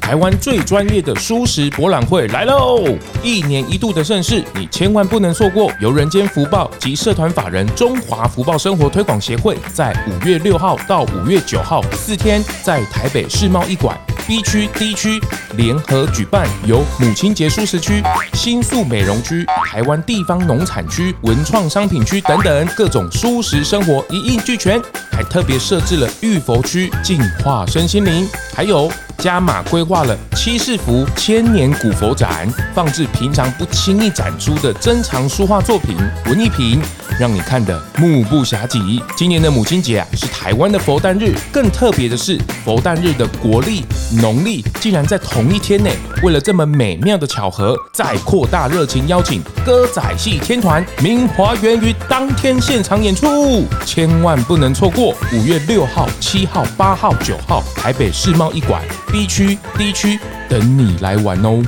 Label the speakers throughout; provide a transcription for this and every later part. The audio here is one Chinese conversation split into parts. Speaker 1: 台湾最专业的舒适博览会来喽！一年一度的盛事，你千万不能错过。由人间福报及社团法人中华福报生活推广协会在五月六号到五月九号四天，在台北世贸一馆 B 区、D 区联合举办由母亲节舒适区、新宿美容区、台湾地方农产区、文创商品区等等各种舒适生活一应俱全，还特别设置了玉佛区净化身心灵，还有。加码规划了七世福千年古佛展，放置平常不轻易展出的珍藏书画作品、文艺品，让你看得目不暇给。今年的母亲节啊，是台湾的佛诞日，更特别的是，佛诞日的国历、农历竟然在同一天内。为了这么美妙的巧合，再扩大热情邀请歌仔戏天团明华源于当天现场演出，千万不能错过。五月六号、七号、八号、九号，台北世贸一馆。B 区、D 区等你来玩哦。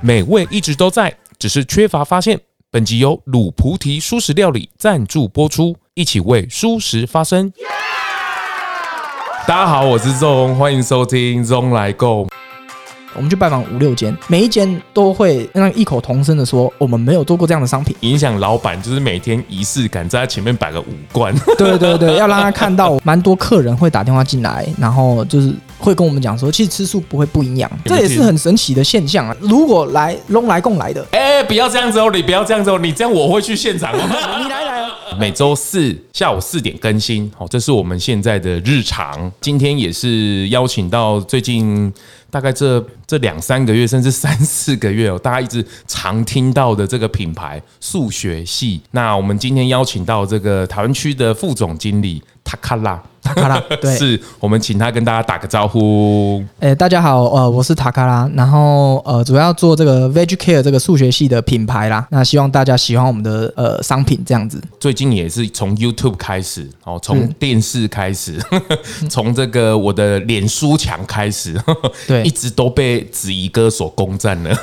Speaker 1: 美味一直都在，只是缺乏发现。本集由鲁菩提素食料理赞助播出，一起为素食发声。大家好，我是 Zong，欢迎收听 Zong 来购。
Speaker 2: 我们去拜访五六间，每一间都会让异口同声的说，我们没有做过这样的商 品。
Speaker 1: 影响老板就是每天仪式感，在他前面摆个五官。
Speaker 2: 对对对，要让他看到，蛮多客人会打电话进来，然后就是会跟我们讲说，其实吃素不会不营养，这也是很神奇的现象啊。如果来龙来共来的，
Speaker 1: 哎、不要这样子哦，你不要这样子哦，你这样我会去现场哦。
Speaker 2: 你 来来，
Speaker 1: 每周四下午四点更新，好，这是我们现在的日常。今天也是邀请到最近大概这这两三个月，甚至三四个月哦，大家一直常听到的这个品牌数学系。那我们今天邀请到这个台湾区的副总经理塔卡拉，
Speaker 2: 塔 卡拉，对，
Speaker 1: 是我们请他跟大家打个招呼。
Speaker 2: 诶，大家好，呃，我是塔卡拉，然后呃，主要做这个 Veg Care 这个数学系的品牌啦。那希望大家喜欢我们的呃商品这样子。
Speaker 1: 最近也是从 YouTube 开始，哦，从
Speaker 2: 嗯
Speaker 1: 电视开始， 从这个我的脸书墙开始，
Speaker 2: 对
Speaker 1: 一直都被子怡哥所攻占了，，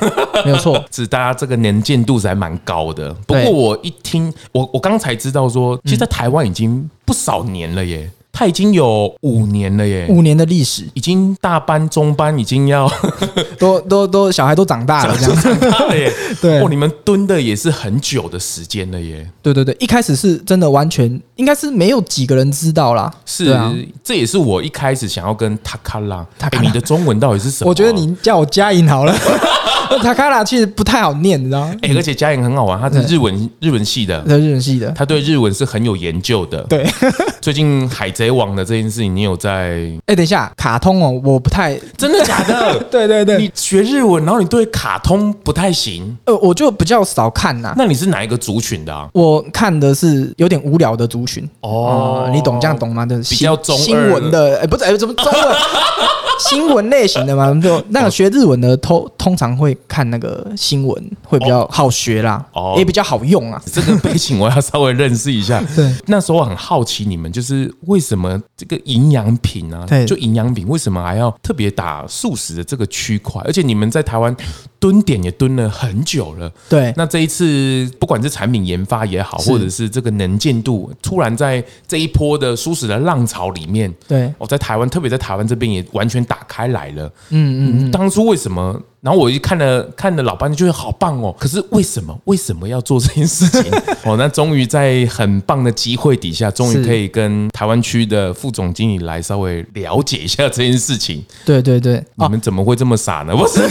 Speaker 2: 没有错
Speaker 1: 是大家这个能见度是还蛮高的。不过
Speaker 2: 对
Speaker 1: 我一听，我我刚才知道
Speaker 2: 嗯
Speaker 1: 说，其实在台湾已经不少年了耶，它已经有五年了耶。
Speaker 2: 五年的历史，
Speaker 1: 已经大班、中班已经要
Speaker 2: 都都都小孩都长大了这样子。
Speaker 1: 长大了耶，
Speaker 2: 对
Speaker 1: 哦，你们蹲的也是很久的时间了耶，
Speaker 2: 对对对，一开始是真的完全应该是没有几个人知道啦。
Speaker 1: 是，
Speaker 2: 对啊，
Speaker 1: 这也是我一开始想要跟塔卡拉，哎
Speaker 2: Takara
Speaker 1: 你的中文到底是什么啊？
Speaker 2: 我觉得你叫我佳颖好了。 塔卡拉其实不太好念，你知道吗？
Speaker 1: 哎、而且嘉颖很好玩，他是
Speaker 2: 对
Speaker 1: 日文日文系的，
Speaker 2: 在日本系的，
Speaker 1: 他对日文是很有研究的。
Speaker 2: 对。
Speaker 1: 最近《海贼王》的这件事情，你有在？
Speaker 2: 哎，等一下，卡通哦，我不太。
Speaker 1: 真的假的？
Speaker 2: 对对对，
Speaker 1: 你学日文，然后你对卡通不太行，
Speaker 2: 呃，我就比较少看呐、
Speaker 1: 那你是哪一个族群的、啊？
Speaker 2: 我看的是有点无聊的族群
Speaker 1: 哦
Speaker 2: 呃你懂这样懂吗？就是新
Speaker 1: 比较中二
Speaker 2: 新闻的，哎、不是，哎、怎么中 文？新闻类型的嘛，就
Speaker 1: 哦
Speaker 2: 那个学日文的，通通常会看那个新闻，会比较好学啦，
Speaker 1: 哦
Speaker 2: 也比较好用啊。
Speaker 1: 这个背景我要稍微认识一下。
Speaker 2: 对，
Speaker 1: 那时候我很好奇你们就是为什么这个营养品啊，
Speaker 2: 对
Speaker 1: 就营养品为什么还要特别打素食的这个区块？而且你们在台湾蹲点也蹲了很久了。
Speaker 2: 对，
Speaker 1: 那这一次不管是产品研发也好，
Speaker 2: 是
Speaker 1: 或者是这个能见度，突然在这一波的舒适的浪潮里面，哦
Speaker 2: 对，
Speaker 1: 我、在台湾，特别在台湾这边也完全打开来了。
Speaker 2: 嗯嗯，
Speaker 1: 嗯，当初为什么？然后我一看了看了老半天，觉得好棒哦。可是为什么为什么要做这件事 情？哦，那终于在很棒的机会底下，终于
Speaker 2: 是
Speaker 1: 可以跟台湾区的副总经理来稍微了解一下这件事情。
Speaker 2: 对对对，
Speaker 1: 你们怎么会这么傻呢？不是，
Speaker 2: 哦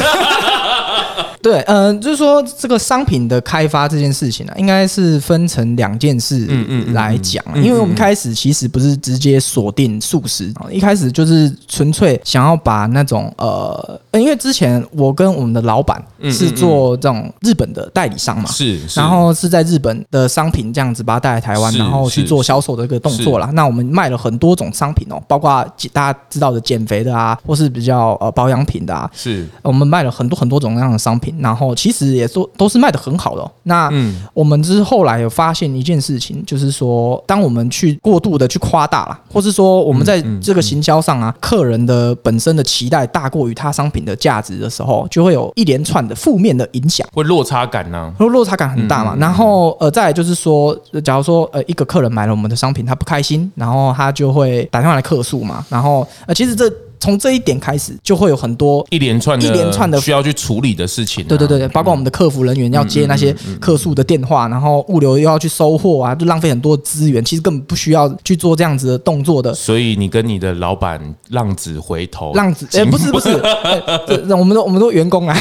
Speaker 2: 对，嗯、就是说这个商品的开发这件事情啊，应该是分成两件事
Speaker 1: 嗯
Speaker 2: 来讲、啊，因为我们开始其实不是直接锁定素食，一开始就是纯粹想要把那种呃，呃因为之前我跟我们的老板是做这种日本的代理商嘛，
Speaker 1: 嗯是，是
Speaker 2: 然后是在日本的商品这样子把它带来台湾，
Speaker 1: 是
Speaker 2: 然后去
Speaker 1: 是
Speaker 2: 做销售的一个动作啦。那我们卖了很多种商品哦，包括大家知道的减肥的啊，或是比较呃保养品的啊，
Speaker 1: 是
Speaker 2: 我们卖了很多很多种那样的商品，然后其实也都都是卖的很好的哦、那我们之后来有发现一件事情，就是说，当我们去过度的去夸大啦，或是说我们在这个行销上啊，客人的本身的期待大过于他商品的价值的时候，就会有一连串的负面的影响。
Speaker 1: 会落差感呢、
Speaker 2: 然后落差感很大嘛。然后呃，再来就是说，呃假如说呃一个客人买了我们的商品，他不开心，然后他就会打电话来客诉嘛。然后呃，其实这。从这一点开始，就会有很多
Speaker 1: 一连串的
Speaker 2: 一连串的
Speaker 1: 需要去处理的事情啊、
Speaker 2: 对对对对，包括我们的客服人员要接那些客诉的电话，然后物流又要去收货啊，就浪费很多资源。其实根本不需要去做这样子的动作的。
Speaker 1: 所以你跟你的老板浪子回头，
Speaker 2: 浪子，哎、不是不是，哎这这我们都我们都员工 啊，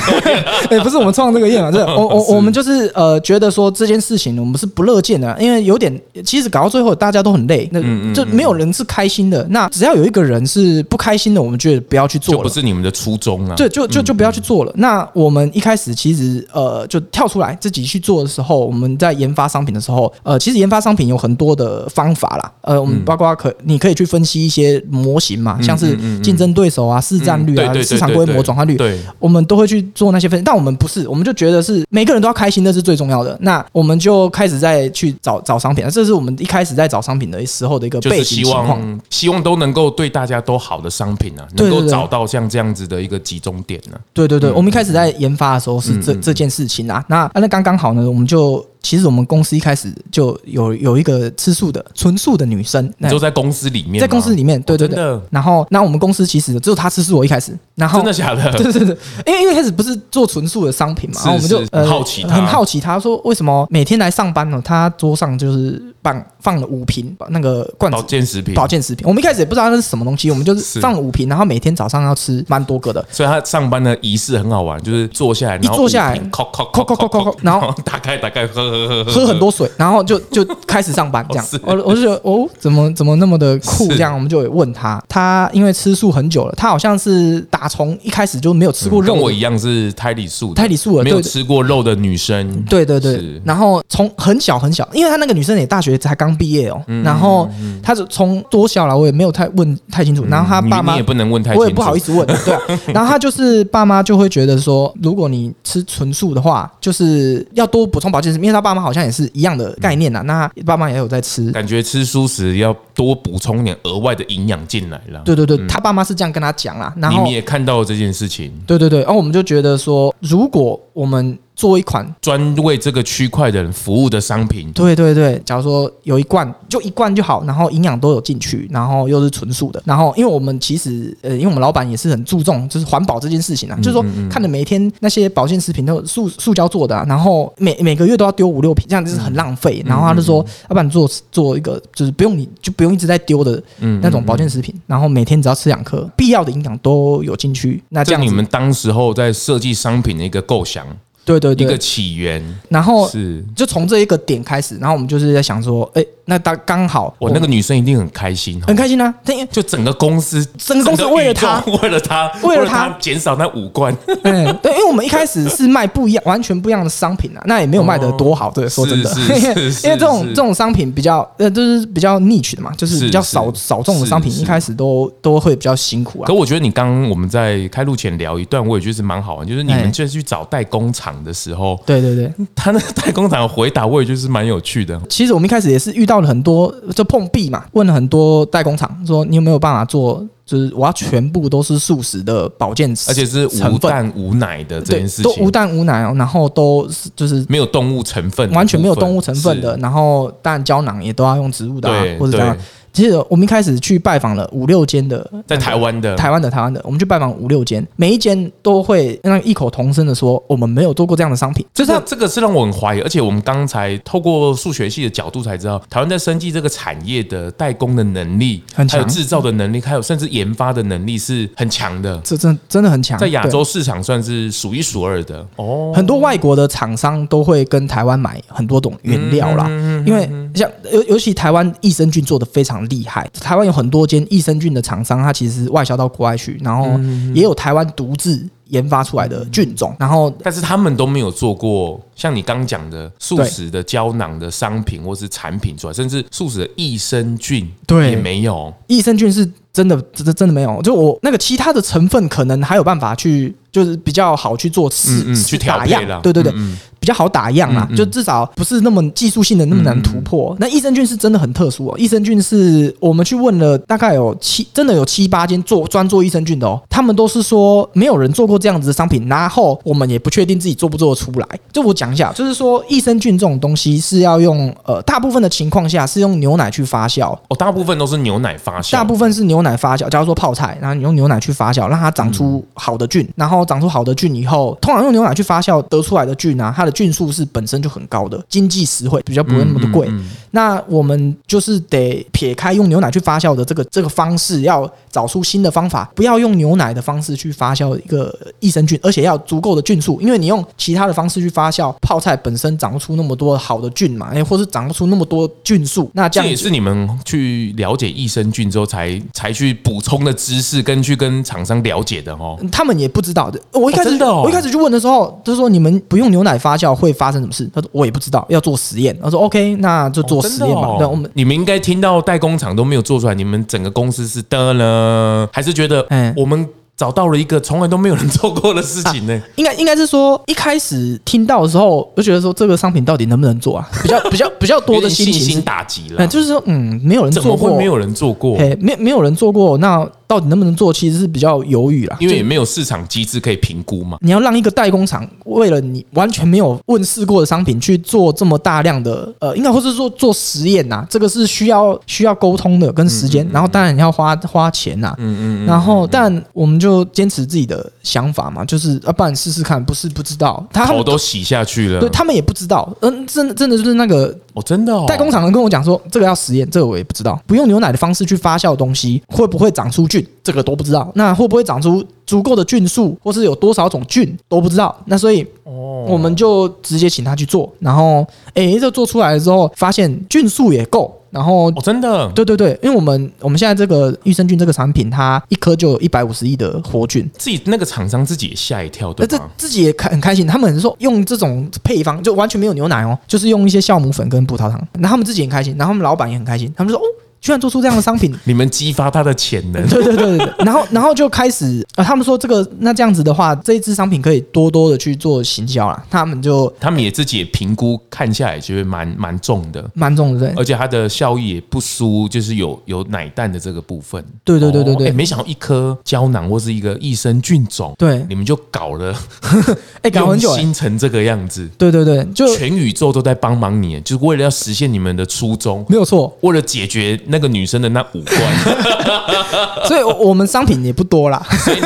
Speaker 2: 哎、不是我们创这个业嘛，这我我我们 就是呃，觉得说这件事情我们是不乐见的，因为有点，其实搞到最后大家都很累，那就没有人是开心的。那只要有一个人是不开心的，我们觉得不要去做
Speaker 1: 就不
Speaker 2: 了，
Speaker 1: 是你们的初衷啊。
Speaker 2: 对，就就就不要去做了。那我们一开始其实呃，就跳出来自己去做的时候，我们在研发商品的时候，呃，其实研发商品有很多的方法啦。呃，我
Speaker 1: 嗯
Speaker 2: 们包括可你可以去分析一些模型嘛，像是竞争对手啊、市占率
Speaker 1: 嗯
Speaker 2: 啊、
Speaker 1: 对对对
Speaker 2: 市场规模转化率，
Speaker 1: 对，
Speaker 2: 我们都会去做那些分析。但我们不是，我们就觉得是每个人都要开心，那是最重要的。那我们就开始再去找找商品，这是我们一开始在找商品的时候的一个
Speaker 1: 就
Speaker 2: 背
Speaker 1: 是
Speaker 2: 景
Speaker 1: 希
Speaker 2: 情况。
Speaker 1: 望希望都能够对大家都好的商品啊，
Speaker 2: 对
Speaker 1: 能
Speaker 2: 对
Speaker 1: 够
Speaker 2: 对
Speaker 1: 找到像这样子的一个集中点呢、
Speaker 2: 对对对，我们一开始在研发的时候是
Speaker 1: 嗯
Speaker 2: 这、这件事情啊，那啊那刚刚好呢，我们就其实我们公司一开始就有有一个吃素的纯素的女生，
Speaker 1: 你
Speaker 2: 那
Speaker 1: 就在公司里面吗，哦
Speaker 2: 在公司里面，对对
Speaker 1: 真
Speaker 2: 对。
Speaker 1: 的
Speaker 2: 然后，那我们公司其实只有她吃素，我一开始，然后
Speaker 1: 真的假的？
Speaker 2: 对对对，因为因为一开始不是做纯素的商品嘛，
Speaker 1: 是
Speaker 2: 然后我们就是呃
Speaker 1: 很好奇它
Speaker 2: 很好奇他说为什么每天来上班呢？他桌上就是放放了五瓶那个罐
Speaker 1: 保
Speaker 2: 子。
Speaker 1: 健食品，
Speaker 2: 保健食品，我们一开始也不知道那是什么东西，我们就是
Speaker 1: 是
Speaker 2: 放了五瓶，然后每天早上要吃蛮多个的，
Speaker 1: 所以他上班的仪式很好玩，就是坐下来，然后
Speaker 2: 坐下来
Speaker 1: 五瓶敲敲敲
Speaker 2: 敲
Speaker 1: 敲敲
Speaker 2: 敲
Speaker 1: 敲
Speaker 2: 敲敲，
Speaker 1: 然
Speaker 2: 然
Speaker 1: 后
Speaker 2: 后
Speaker 1: 打开打开喝喝喝
Speaker 2: 喝很多水，然后就就开始上班这样
Speaker 1: 嗯是。
Speaker 2: 我我就觉得哦，怎么怎么那么的酷这样，我们就有问他，他因为吃素很久了，他好像是打从一开始就没有吃过
Speaker 1: 嗯跟
Speaker 2: 肉
Speaker 1: 我
Speaker 2: 的，
Speaker 1: 一样是胎里素的，
Speaker 2: 胎里素的
Speaker 1: 没有
Speaker 2: 对对
Speaker 1: 吃过肉的女生，
Speaker 2: 对对对
Speaker 1: 是，
Speaker 2: 然后从很小很小，因为他那个女生也大学才刚毕业哦，
Speaker 1: 嗯
Speaker 2: 然后她就从多小了，我也没有太问太清楚，然后她
Speaker 1: 嗯你
Speaker 2: 爸妈
Speaker 1: 你也不能问太清楚，
Speaker 2: 我也不好意
Speaker 1: 思，
Speaker 2: 思问，对、啊。然后他就是爸妈就会觉得说，如果你吃纯素的话，就是要多补充保健食品，因为他爸妈好像也是一样的概
Speaker 1: 嗯
Speaker 2: 念呐、啊那爸妈也有在吃。
Speaker 1: 感觉吃素食要多补充点额外的营养进来啦。
Speaker 2: 对对对，他爸妈是这样跟他讲啦。然
Speaker 1: 你
Speaker 2: 后
Speaker 1: 们，也看到这件事情，
Speaker 2: 对对对，然哦后我们就觉得说，如果我们做一款，
Speaker 1: 专为这个区块的人服务的商品，
Speaker 2: 对对对，假如说有一罐就一罐就好，然后营养都有进去，然后又是纯素的，然后因为我们其实呃，因为我们老板也是很注重就是环保这件事情啊，
Speaker 1: 嗯
Speaker 2: 就是说看着每天那些保健食品都有塑塑胶做的啊、然后每每个月都要丢五六瓶，这样就是很浪
Speaker 1: 嗯
Speaker 2: 费。然后他就说，要不然做做一个就是不用你就不用一直在丢的那种保健
Speaker 1: 嗯
Speaker 2: 食品，然后每天只要吃两颗，必要的营养都有进去。那这
Speaker 1: 这
Speaker 2: 样
Speaker 1: 你
Speaker 2: 子
Speaker 1: 们当时候在设计商品的一个构想，
Speaker 2: 对对
Speaker 1: 一个
Speaker 2: 对，
Speaker 1: 起源
Speaker 2: 然后
Speaker 1: 是。
Speaker 2: 就从这一个点开始，然后我们就是在想说，哎，那刚刚好
Speaker 1: 我那个女生一定很开心哦，
Speaker 2: 很开心 啊，他因为
Speaker 1: 就整个公司，
Speaker 2: 整个公司为了她
Speaker 1: 整 个宇宙为了她，
Speaker 2: 为了她
Speaker 1: 她减少那五 罐，哎
Speaker 2: 嗯，对，因为我们一开始是卖不一样、完全不一样的商品啊，那也没有卖得多好，对，说真的，
Speaker 1: 哦是
Speaker 2: 因
Speaker 1: 是
Speaker 2: 为因
Speaker 1: 是
Speaker 2: 为
Speaker 1: 是
Speaker 2: 这种
Speaker 1: 是
Speaker 2: 这种商品比较呃，就是比较 niche 的嘛，就是
Speaker 1: 是
Speaker 2: 比较少
Speaker 1: 是
Speaker 2: 少众的商品
Speaker 1: 是，是
Speaker 2: 一开始都都会比较辛苦啊
Speaker 1: 可。我觉得你刚刚我们在开录前聊一段，我也觉得是蛮好玩，就是你们
Speaker 2: 哎
Speaker 1: 就去找代工厂的时候，
Speaker 2: 对对对，
Speaker 1: 他那个代工厂的回答，我也觉得是蛮有趣的。
Speaker 2: 其实我们一开始也是遇到了很多，就碰壁嘛，问了很多代工厂说你有没有办法做，就是我要全部都是素食的保健成
Speaker 1: 而且
Speaker 2: 分，
Speaker 1: 是无蛋无奶的这
Speaker 2: 对
Speaker 1: 件事，
Speaker 2: 都
Speaker 1: 情，
Speaker 2: 无蛋无奶哦，然后都是就是
Speaker 1: 没有动物成分的部分，
Speaker 2: 完全没有动物成分的，
Speaker 1: 是，
Speaker 2: 然后当然胶囊也都要用植物的、啊
Speaker 1: 对，
Speaker 2: 或者这样
Speaker 1: 对。嗯
Speaker 2: 其实我们一开始去拜访了五六间的，
Speaker 1: 在台湾的，
Speaker 2: 台湾的台湾的，我们去拜访五六间，每一间都会让异口同声的说，我们没有做过这样的商品，
Speaker 1: 就
Speaker 2: 就
Speaker 1: 是是
Speaker 2: 它
Speaker 1: 这个是让我很怀疑，而且我们刚才透过数学系的角度才知道，台湾在生技这个产业的代工的能力，
Speaker 2: 很
Speaker 1: 还
Speaker 2: 强
Speaker 1: 有制造的能力，还有甚至研发的能力是很强的，
Speaker 2: 这真真的很强，
Speaker 1: 在亚洲市场算是数一数二的哦
Speaker 2: 对。很多外国的厂商都会跟台湾买很多种原料
Speaker 1: 嗯
Speaker 2: 啦，因为像尤尤其台湾益生菌做的非常厉害，台湾有很多间益生菌的厂商，它其实外销到国外去，然后
Speaker 1: 嗯
Speaker 2: 也有台湾独自研发出来的菌种，然后
Speaker 1: 但是他们都没有做过像你刚讲的素食的胶囊的商品或是产品出来，甚至素食的益生菌
Speaker 2: 对
Speaker 1: 也没有。
Speaker 2: 益生菌是真的，真的真的没有。就我那个其他的成分，可能还有办法去，就是比较好去做试、
Speaker 1: 嗯嗯
Speaker 2: 试
Speaker 1: 去调
Speaker 2: 打
Speaker 1: 配
Speaker 2: 样
Speaker 1: 啦嗯
Speaker 2: 对对对，比较好打样啦，就至少不是那么技术性的那么难突
Speaker 1: 嗯
Speaker 2: 破。那益生菌是真的很特殊哦，益生菌是我们去问了大概有七，真的有七八间做专做益生菌的哦，他们都是说没有人做过这样子的商品，然后我们也不确定自己做不做得出来。就我讲一下，就是说益生菌这种东西是要用呃，大部分的情况下是用牛奶去发酵，
Speaker 1: 哦，大部分都是牛奶发酵，
Speaker 2: 大部分是牛奶发酵，假如说泡菜，然后你用牛奶去发酵，让它长出好的菌，然后长出好的菌以后，通常用牛奶去发酵得出来的菌啊，它的菌数是本身就很高的，经济实惠，比较不会
Speaker 1: 嗯
Speaker 2: 那么的贵。那我们就是得撇开用牛奶去发酵的这个这个方式，要找出新的方法，不要用牛奶的方式去发酵一个益生菌，而且要有足够的菌数，因为你用其他的方式去发酵，泡菜本身长不出那么多好的菌嘛，哎，或是长不出那么多菌数，那
Speaker 1: 这
Speaker 2: 这样
Speaker 1: 也
Speaker 2: 子
Speaker 1: 是你们去了解益生菌之后才才去补充的知识，跟去跟厂商了解的哦。
Speaker 2: 他们也不知道的。我一开始、
Speaker 1: 真的哦
Speaker 2: 我一开始去问的时候，他说你们不用牛奶发酵会发生什么事？他说我也不知道，要做实验。他说 OK，那就做实验吧。
Speaker 1: 哦真的
Speaker 2: 对，
Speaker 1: 哦
Speaker 2: 我们
Speaker 1: 你们应该听到代工厂都没有做出来，你们整个公司是的了，还是觉得
Speaker 2: 嗯
Speaker 1: 我们找到了一个从来都没有人做过的事情呢？
Speaker 2: 应该应该是说一开始听到的时候，我就觉得说这个商品到底能不能做啊？ 比较比较比较多
Speaker 1: 有
Speaker 2: 的
Speaker 1: 点
Speaker 2: 心
Speaker 1: 信
Speaker 2: 情是
Speaker 1: 心打击了
Speaker 2: 嗯，，就是说嗯，没有人
Speaker 1: 怎么
Speaker 2: 做
Speaker 1: 会
Speaker 2: 过，
Speaker 1: 没有人做过？
Speaker 2: 嘿，没没有人做过，那到底能不能做，其实是比较犹豫啦。
Speaker 1: 因为也没有市场机制可以评估嘛。
Speaker 2: 你要让一个代工厂为了你完全没有问世过的商品去做这么大量的呃，应该或是说做实验呐、这个是需要需要沟通的跟时间，然后当然你要花花钱呐、
Speaker 1: 嗯
Speaker 2: 啊
Speaker 1: 嗯嗯
Speaker 2: 然后，但我们就坚持自己的想法嘛，就是啊，不然试试看，不是不知道，
Speaker 1: 嗯，
Speaker 2: 他啊他
Speaker 1: 头
Speaker 2: 们
Speaker 1: 都洗下去了。
Speaker 2: 对他们也不知道，嗯，真的真的就是那个
Speaker 1: 哦，真的哦，
Speaker 2: 代工厂人跟我讲说，这个要实验，这个我也不知道，不用牛奶的方式去发酵东西，会不会长出菌，这个都不知道。那会不会长出足够的菌数，或是有多少种菌都不知道。那所以我们就直接请他去做，然后诶，这做出来之后，发现菌数也够，然后
Speaker 1: 哦，真的
Speaker 2: 对对对，因为我们我们现在这个益生菌这个产品，它一颗就有一百五十亿的活菌，
Speaker 1: 自己那个厂商自己也吓一跳，对
Speaker 2: 那呃这
Speaker 1: 吧？
Speaker 2: 自己也开很开心，他们说用这种配方就完全没有牛奶哦，就是用一些酵母粉跟葡萄糖，然后他们自己很开心，然后他们老板也很开心，他们说哦，居然做出这样的商品，
Speaker 1: 你们激发他的潜能，
Speaker 2: 对对对对对，然后然后就开始啊、呃他们说这个那这样子的话，这一支商品可以多多的去做行销啦，他们就
Speaker 1: 他们也自己也评估，看下来觉得蛮蛮重的。
Speaker 2: 蛮重的，
Speaker 1: 而且它的效益也不输，就是有有奶蛋的这个部分。
Speaker 2: 对对对对对
Speaker 1: 哦诶没想到一颗胶囊或是一个益生菌种，
Speaker 2: 对
Speaker 1: 你们就搞了，
Speaker 2: 哎，搞很久、
Speaker 1: 用
Speaker 2: 欸，
Speaker 1: 心成这个样子，
Speaker 2: 对对对，就
Speaker 1: 全宇宙都在帮忙你，就是为了要实现你们的初衷，
Speaker 2: 没有错，
Speaker 1: 为了解决那个女生的那五 官，
Speaker 2: 所以我我们商品也不多啦，
Speaker 1: 所以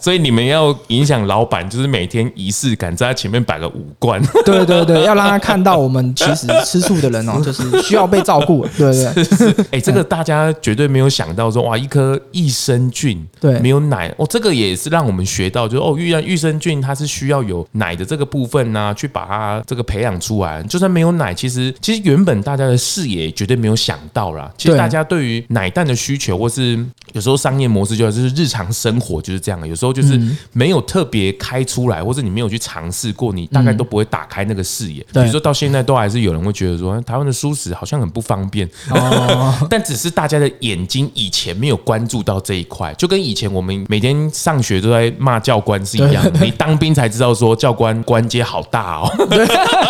Speaker 1: 所以你们要影响老板，就是每天仪式感，在他前面摆个五 官，
Speaker 2: 对对对，要让他看到我们其实吃素的人哦，就是需要被照顾，对对对，
Speaker 1: 哎、这个大家绝对没有想到说，哇，一颗益生菌，
Speaker 2: 对
Speaker 1: 没有奶哦，这个也是让我们学到，就是哦，益益生菌它是需要有奶的这个部分呢、去把它这个培养出来。就算没有奶，其实其实原本大家的视野绝对没有想到啦。其实
Speaker 2: 对
Speaker 1: 大家对于奶蛋的需求，或是有时候商业模式就就是日常生活就是这样，有时候就是
Speaker 2: 嗯
Speaker 1: 没有特别开出来，或者你没有去尝试过，你大概都不会打开那个视野。比
Speaker 2: 嗯对
Speaker 1: 如说到现在都还是有人会觉得说，台湾的素食好像很不方便。
Speaker 2: 哦
Speaker 1: 但只是大家的眼睛以前没有关注到这一块，就跟以前我们每天上学都在骂教官是一样的。 你当兵才知道说教官官阶好大哦，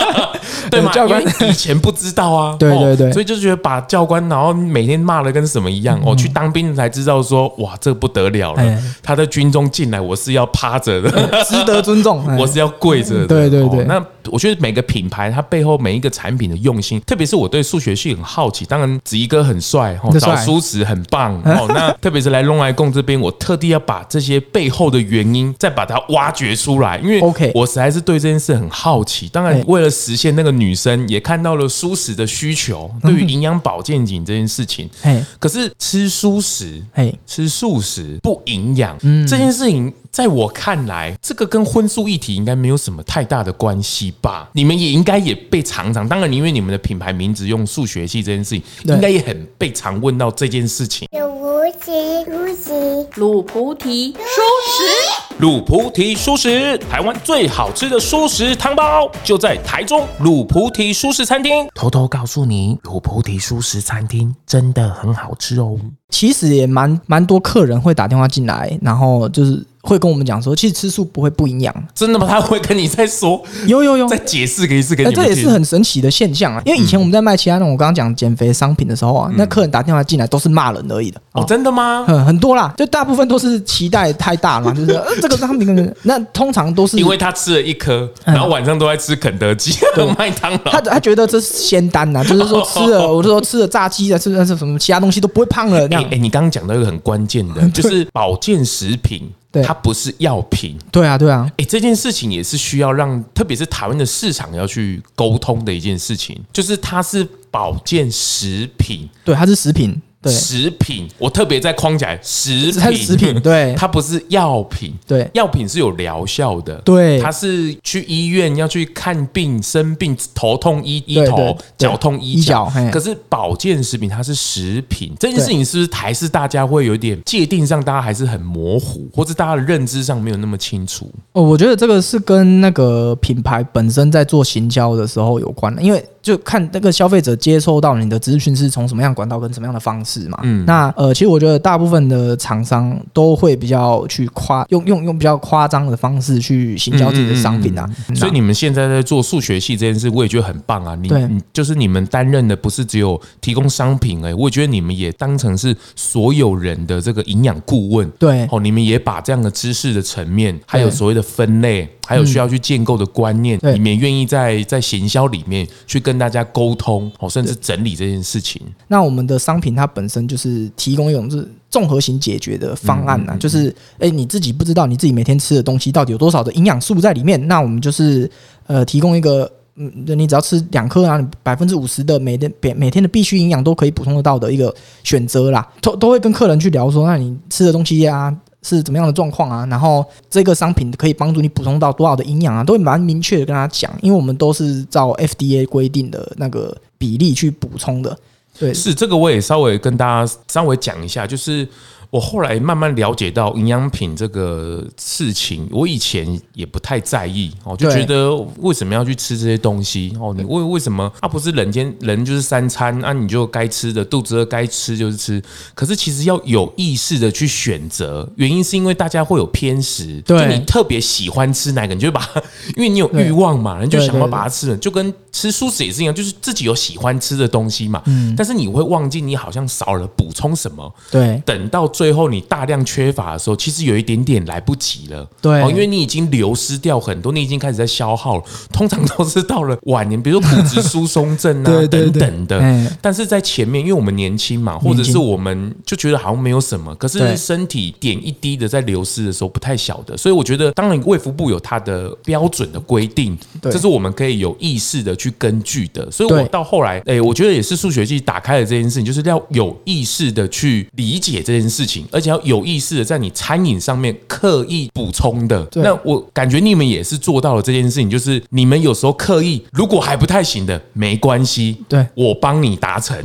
Speaker 1: 对吗？
Speaker 2: 教官
Speaker 1: 因为以前不知道啊，
Speaker 2: 对对
Speaker 1: 哦
Speaker 2: 对
Speaker 1: 所以就觉得把教官然后每天骂的跟什么一样哦，去当兵才知道说哇这不得了了
Speaker 2: 嗯哎，
Speaker 1: 他在军中进来我是要趴着的。
Speaker 2: 值得尊重，哎
Speaker 1: 我是要跪着的。哦
Speaker 2: 对对对
Speaker 1: 那我觉得每个品牌它背后每一个产品的用心，特别是我对数学系很好奇。当然，子怡哥很帅，哦，
Speaker 2: 很
Speaker 1: 找
Speaker 2: 帅
Speaker 1: 舒适很棒哦。 那特别是来龙来共这边，我特地要把这些背后的原因再把它挖掘出来，因为
Speaker 2: OK
Speaker 1: 我实在是对这件事很好奇。当然
Speaker 2: 哎，
Speaker 1: 为了实现那个女生也看到了舒适的需求，对于营养保健品这件事情，
Speaker 2: 嗯哎
Speaker 1: 可是吃蔬食
Speaker 2: 哎，
Speaker 1: 吃素食不营养，这件事情在我看来，这个跟荤素议题应该没有什么太大的关系吧？你们也应该也被常常，当然因为你们的品牌名字用数学系这件事情，
Speaker 2: 对
Speaker 1: 应该也很被常问到这件事情。
Speaker 3: 有无极，无极。
Speaker 4: 鲁菩提收拾。
Speaker 1: 鲁菩提素食，台湾最好吃的素食汤包，就在台中鲁菩提素食餐厅。偷偷告诉你，鲁菩提素食餐厅真的很好吃哦。
Speaker 2: 其实也蛮蛮多客人会打电话进来，然后就是会跟我们讲说，其实吃素不会不营养。
Speaker 1: 真的吗？他会跟你再说，
Speaker 2: 有有有，
Speaker 1: 再解释个一次给
Speaker 2: 那
Speaker 1: 你们
Speaker 2: 这
Speaker 1: 听。嗯
Speaker 2: 也是很神奇的现象啊！因为以前我们在卖其他那种我刚刚讲减肥商品的时候啊，那客人打电话进来都是骂人而已的，
Speaker 1: 哦，真的吗？
Speaker 2: 很很多啦，就大部分都是期待太大了嘛，就是、 呃、这个商品，那通常都 是
Speaker 1: 因为他吃了一颗，然后晚上都在吃肯德基、 麦当
Speaker 2: 他
Speaker 1: 劳。
Speaker 2: 他觉得这是仙丹 呐、就是说吃了，我就说吃了炸鸡啊，吃了什么其他东西都不会胖了那
Speaker 1: 哎
Speaker 2: 样。
Speaker 1: 哎，你刚刚讲到一个很关键的，就是保健食品，
Speaker 2: 对
Speaker 1: 它不是药品。
Speaker 2: 对啊，对啊，
Speaker 1: 哎，这件事情也是需要让，特别是台湾的市场要去沟通的一件事情，就是它是保健食品，
Speaker 2: 对，它是食品，对，
Speaker 1: 食品，我特别在框起来，食
Speaker 2: 它
Speaker 1: 品，
Speaker 2: 是食品，对，
Speaker 1: 它不是药品，
Speaker 2: 对
Speaker 1: 药品是有疗效的，
Speaker 2: 对
Speaker 1: 它是去医院要去看病、生病、头痛医医
Speaker 2: 对
Speaker 1: 头
Speaker 2: 对，对
Speaker 1: 脚痛医
Speaker 2: 医
Speaker 1: 脚
Speaker 2: 脚嘿。
Speaker 1: 可是保健食品它是食品，这件事情是不是还是大家会有一点界定上，大家还是很模糊，或者大家的认知上没有那么清楚？
Speaker 2: 哦，我觉得这个是跟那个品牌本身在做行销的时候有关的，因为就看那个消费者接受到你的资讯是从什么样的管道跟什么样的方式嘛。嗯，那呃，其实我觉得大部分的厂商都会比较去夸，用用用比较夸张的方式去行销自己的商品啊。嗯
Speaker 1: 所以你们现在在做数学系这件事，我也觉得很棒啊！你
Speaker 2: 对
Speaker 1: 你就是你们担任的不是只有提供商品哎、我也觉得你们也当成是所有人的这个营养顾问。
Speaker 2: 对
Speaker 1: 哦，你们也把这样的知识的层面，还有所谓的分类，还有需要去建构的观念，
Speaker 2: 嗯对
Speaker 1: 你们也愿意在在行销里面去跟大家沟通，哦，甚至整理这件事情。
Speaker 2: 那我们的商品它本身就是提供一种是综合型解决的方案呐、就是哎、诶你自己不知道你自己每天吃的东西到底有多少的营养素在里面，那我们就是呃提供一个。嗯，你只要吃两颗啊，百分之五十的每天每每天的必需营养都可以补充得到的一个呃选择啦，都都会跟客人去聊说，那你吃的东西啊是怎么样的状况啊，然后这个商品可以帮助你补充到多少的营养啊，都会蛮明确的跟他讲，因为我们都是照 FDA 规定的那个比例去补充的，对，
Speaker 1: 是这个，我也稍微跟大家稍微讲一下，就是我后来慢慢了解到营养品这个事情，我以前也不太在意哦，就觉
Speaker 2: 对
Speaker 1: 得为什么要去吃这些东西哦？你为为什么啊？不是人间人就是三餐啊，你就该吃的，肚子饿该吃就是吃。可是其实要有意识的去选择，原因是因为大家会有偏食，
Speaker 2: 对
Speaker 1: 就你特别喜欢吃哪个，你就会把它，因为你有
Speaker 2: 对
Speaker 1: 欲望嘛，你就
Speaker 2: 对
Speaker 1: 想要
Speaker 2: 对
Speaker 1: 把它。吃的，就跟吃素食也是一样，就是自己有喜欢吃的东西嘛。
Speaker 2: 嗯
Speaker 1: 但是你会忘记你好像少了补充什么。
Speaker 2: 对
Speaker 1: 等到最后你大量缺乏的时候，其实有一点点来不及了。
Speaker 2: 对
Speaker 1: 哦，因为你已经流失掉很多，你已经开始在消耗了。通常 都是到了晚年，比如说骨质疏松症啊
Speaker 2: 对对对
Speaker 1: 等等的
Speaker 2: 哎。
Speaker 1: 但是在前面，因为我们年轻嘛，或者是我们就觉得好像没有什么，可是
Speaker 2: 对
Speaker 1: 身体点一滴的在流失的时候不太晓得。所以我觉得，当然卫福部有它的标准的规定，
Speaker 2: 对
Speaker 1: 这是我们可以有意识的去根据的。所以我
Speaker 2: 对
Speaker 1: 到后来，哎、我觉得也是数学系打开了这件事情，就是要有意识的去理解这件事情，而且要有意识的在你餐饮上面刻意补充的。
Speaker 2: 对
Speaker 1: 那我感觉你们也是做到了这件事情，就是你们有时候刻意，如果还不太行的，没关系，
Speaker 2: 对
Speaker 1: 我帮你达成，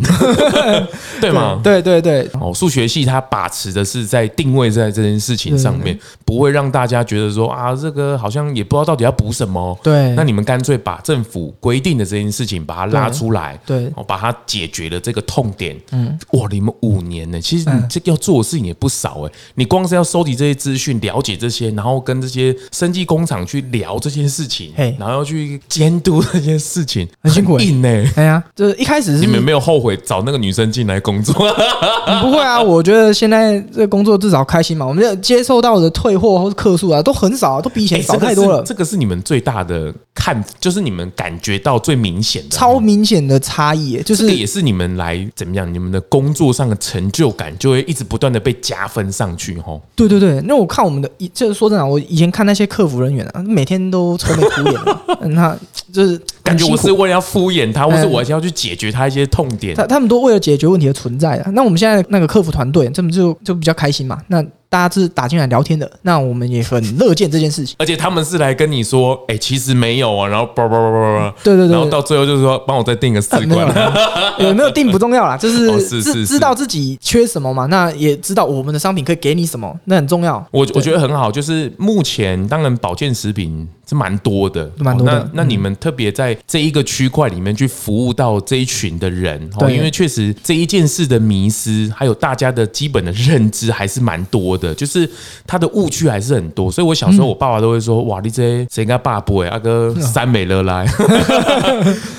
Speaker 1: 对吗？
Speaker 2: 对对对
Speaker 1: 哦，数学系它把持的是在定位在这件事情上面，不会让大家觉得说啊，这个好像也不知道到底要补什么。
Speaker 2: 对
Speaker 1: 那你们干脆把政府规定的这件事情把它拉出来，
Speaker 2: 对
Speaker 1: 哦，把它解决了这个痛点。嗯，哇，你们五年呢，其实
Speaker 2: 嗯
Speaker 1: 你这要做的事情也不少哎、你光是要收集这些资讯，了解这些，然后跟这些生技工厂去聊这件事情
Speaker 2: 嘿，
Speaker 1: 然后要去监督这件事情，
Speaker 2: 很辛苦欸
Speaker 1: 硬呢、
Speaker 2: 哎呀，就是一开始
Speaker 1: 你
Speaker 2: 是
Speaker 1: 们没有后悔找那个女生进来工作？
Speaker 2: 不会 啊，我觉得现在这个工作至少开心嘛。我们这接受到的退货或是客诉啊，都很少啊，都比以前
Speaker 1: 欸
Speaker 2: 少
Speaker 1: 这个
Speaker 2: 太多
Speaker 1: 是
Speaker 2: 了，
Speaker 1: 这个是你们最大的看，就是你们感觉到最明显的，
Speaker 2: 超明显的差异耶，
Speaker 1: 这
Speaker 2: 就是
Speaker 1: 个也是你们来怎么样，你们的工作上的成就感就会一直不断的被加分上去，吼。
Speaker 2: 对对对。那我看我们的，以就是说真的啊，我以前看那些客服人员啊，每天都愁眉苦脸啊， 嗯他就是
Speaker 1: 感觉我
Speaker 2: 很辛
Speaker 1: 是
Speaker 2: 苦
Speaker 1: 为了要敷衍他，或是
Speaker 2: 嗯
Speaker 1: 我要去解决他一些痛点。
Speaker 2: 他他们都为了解决问题而存在啊的。那我们现在那个客服团队，这么就就比较开心嘛。那大家是打进来聊天的，那我们也很乐见这件事情。
Speaker 1: 而且他们是来跟你说，哎、其实没有啊，然后叭叭叭叭叭，
Speaker 2: 对对对
Speaker 1: 然后到最后就是说，帮我再定个四
Speaker 2: 啊没有
Speaker 1: 关，
Speaker 2: 啦，有没有定不重要啦，就是
Speaker 1: 哦是
Speaker 2: 知
Speaker 1: 是是
Speaker 2: 知道自己缺什么嘛，那也知道我们的商品可以给你什么，那很重要。
Speaker 1: 我我觉得很好，就是目前当然保健食品这是蛮多的，
Speaker 2: 蛮多的嗯
Speaker 1: 哦那那你们特别在这一个区块里面去服务到这一群的人，哦，
Speaker 2: 对
Speaker 1: 因为确实这一件事的迷失，还有大家的基本的认知还是蛮多的，就是他的误区还是很多。所以我小时
Speaker 2: 嗯
Speaker 1: 候，我爸爸都会说：“哇，你这谁跟爸不哎，阿哥三美乐 来。”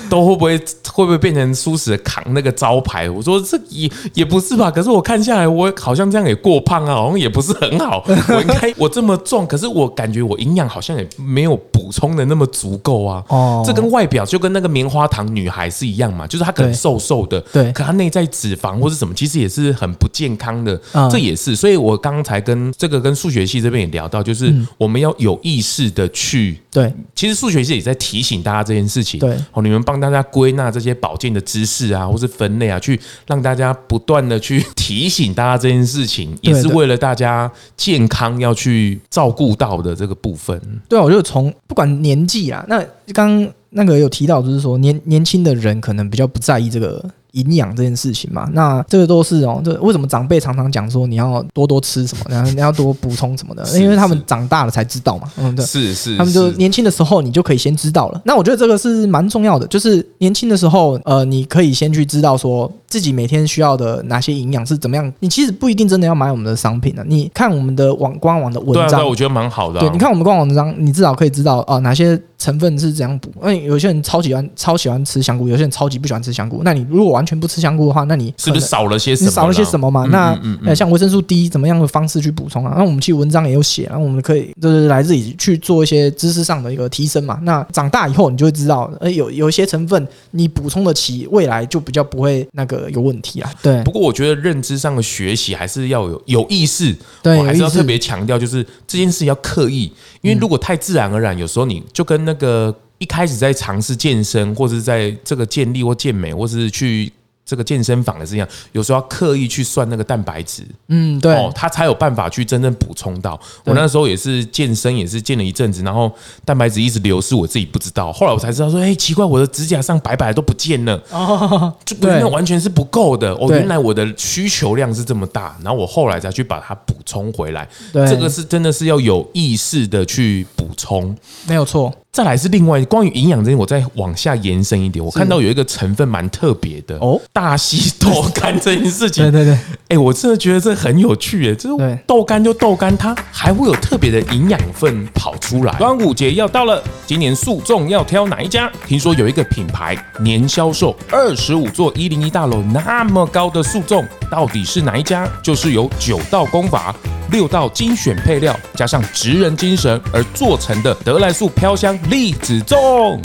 Speaker 1: 都会不会会不会变成舒适扛那个招牌？我说这也也不是吧，可是我看下来，我好像这样也过胖啊，好像也不是很 好。我应该我这么重，可是我感觉我营养好像也没有补充的那么足够啊。
Speaker 2: 哦
Speaker 1: 这跟外表就跟那个棉花糖女孩是一样嘛，就是她可能
Speaker 2: 对
Speaker 1: 瘦瘦的，
Speaker 2: 对
Speaker 1: 可她内在脂肪或是什么，其实也是很不健康的。
Speaker 2: 嗯
Speaker 1: 这也是，所以我刚才跟这个跟数学系这边也聊到，就是
Speaker 2: 嗯
Speaker 1: 我们要有意识的去
Speaker 2: 对
Speaker 1: 其实数学系也在提醒大家这件事情，
Speaker 2: 对
Speaker 1: 哦，你们帮大家归纳这些保健的知识啊，或是分类啊，去让大家不断的去提醒大家这件事情，也
Speaker 2: 对
Speaker 1: 是
Speaker 2: 的
Speaker 1: 为了大家健康要去照顾到的这个部分。
Speaker 2: 对啊，我就从不管年纪啊，那刚刚那个有提到，就是说年年轻的人可能比较不在意这个营养这件事情嘛。那这个都是哦，这为什么长辈常常讲说你要多多吃什么，然后你要多补充什么的，
Speaker 1: 是
Speaker 2: 因为他们
Speaker 1: 是
Speaker 2: 长大了才知道嘛。嗯，对。
Speaker 1: 是是
Speaker 2: 他们就是年轻的时候，你就可以先知道了。那我觉得这个是蛮重要的，就是年轻的时候，呃，你可以先去知道说自己每天需要的哪些营养是怎么样。你其实不一定真的要买我们的商品的、啊你看我们的网官网的文
Speaker 1: 对啊，对
Speaker 2: 章，
Speaker 1: 啊，我觉得蛮好的、啊。
Speaker 2: 对，你看我们官网文章，你至少可以知道哦、哪些成分是怎样补。因为有些人超喜欢超喜欢吃香菇，有些人超级不喜欢吃香菇。那你如果完全不吃香菇的话，那你
Speaker 1: 是不
Speaker 2: 可
Speaker 1: 是
Speaker 2: 能
Speaker 1: 少了些什么？
Speaker 2: 你少了些什
Speaker 1: 么？
Speaker 2: 么嘛？
Speaker 1: 嗯
Speaker 2: 那、
Speaker 1: 嗯嗯嗯
Speaker 2: 呃像维生素 D 怎么样的方式去补充啊？那我们其实文章也有写，啊然后我们可以就是来自己去做一些知识上的一个提升嘛。那长大以后你就会知道，呃，有有一些成分你补充得起，未来就比较不会那个有问题啊。对
Speaker 1: 不过我觉得认知上的学习还是要有有意识，
Speaker 2: 对
Speaker 1: 我还是要
Speaker 2: 有意识
Speaker 1: 特别强调，就是这件事要刻意，因为如果太自然而然，有时候你就跟那个一开始在尝试健身，或是在这个健力或健美，或是去。这个健身房也是一样，有时候要刻意去算那个蛋白质，
Speaker 2: 嗯，对，
Speaker 1: 哦，他才有办法去真正补充到。我
Speaker 2: 对
Speaker 1: 那时候也是健身，也是健了一阵子，然后蛋白质一直流失，我自己不知道。后来我才知道说，哎、奇怪，我的指甲上白白都不见了，
Speaker 2: 哦，
Speaker 1: 就
Speaker 2: 对
Speaker 1: 那完全是不够的。哦，
Speaker 2: 对
Speaker 1: 原来我的需求量是这么大，然后我后来才去把它补充回来。
Speaker 2: 对
Speaker 1: 这个是真的是要有意识的去补充。
Speaker 2: 没有错，
Speaker 1: 再来是另外关于营养这些，我再往下延伸一点，我看到有一个成分蛮特别的
Speaker 2: 哦
Speaker 1: 大西豆干这件事情，
Speaker 2: 对对对，
Speaker 1: 哎、我真的觉得这很有趣耶！这
Speaker 2: 对
Speaker 1: 豆干就豆干，它还会有特别的营养分跑出来。端午节要到了，今年素粽要挑哪一家？听说有一个品牌年销售二十五座一零一大楼那么高的素粽，到底是哪一家？就是由九道工法。六道精选配料，加上职人精神而做成的德莱素飘香栗子粽。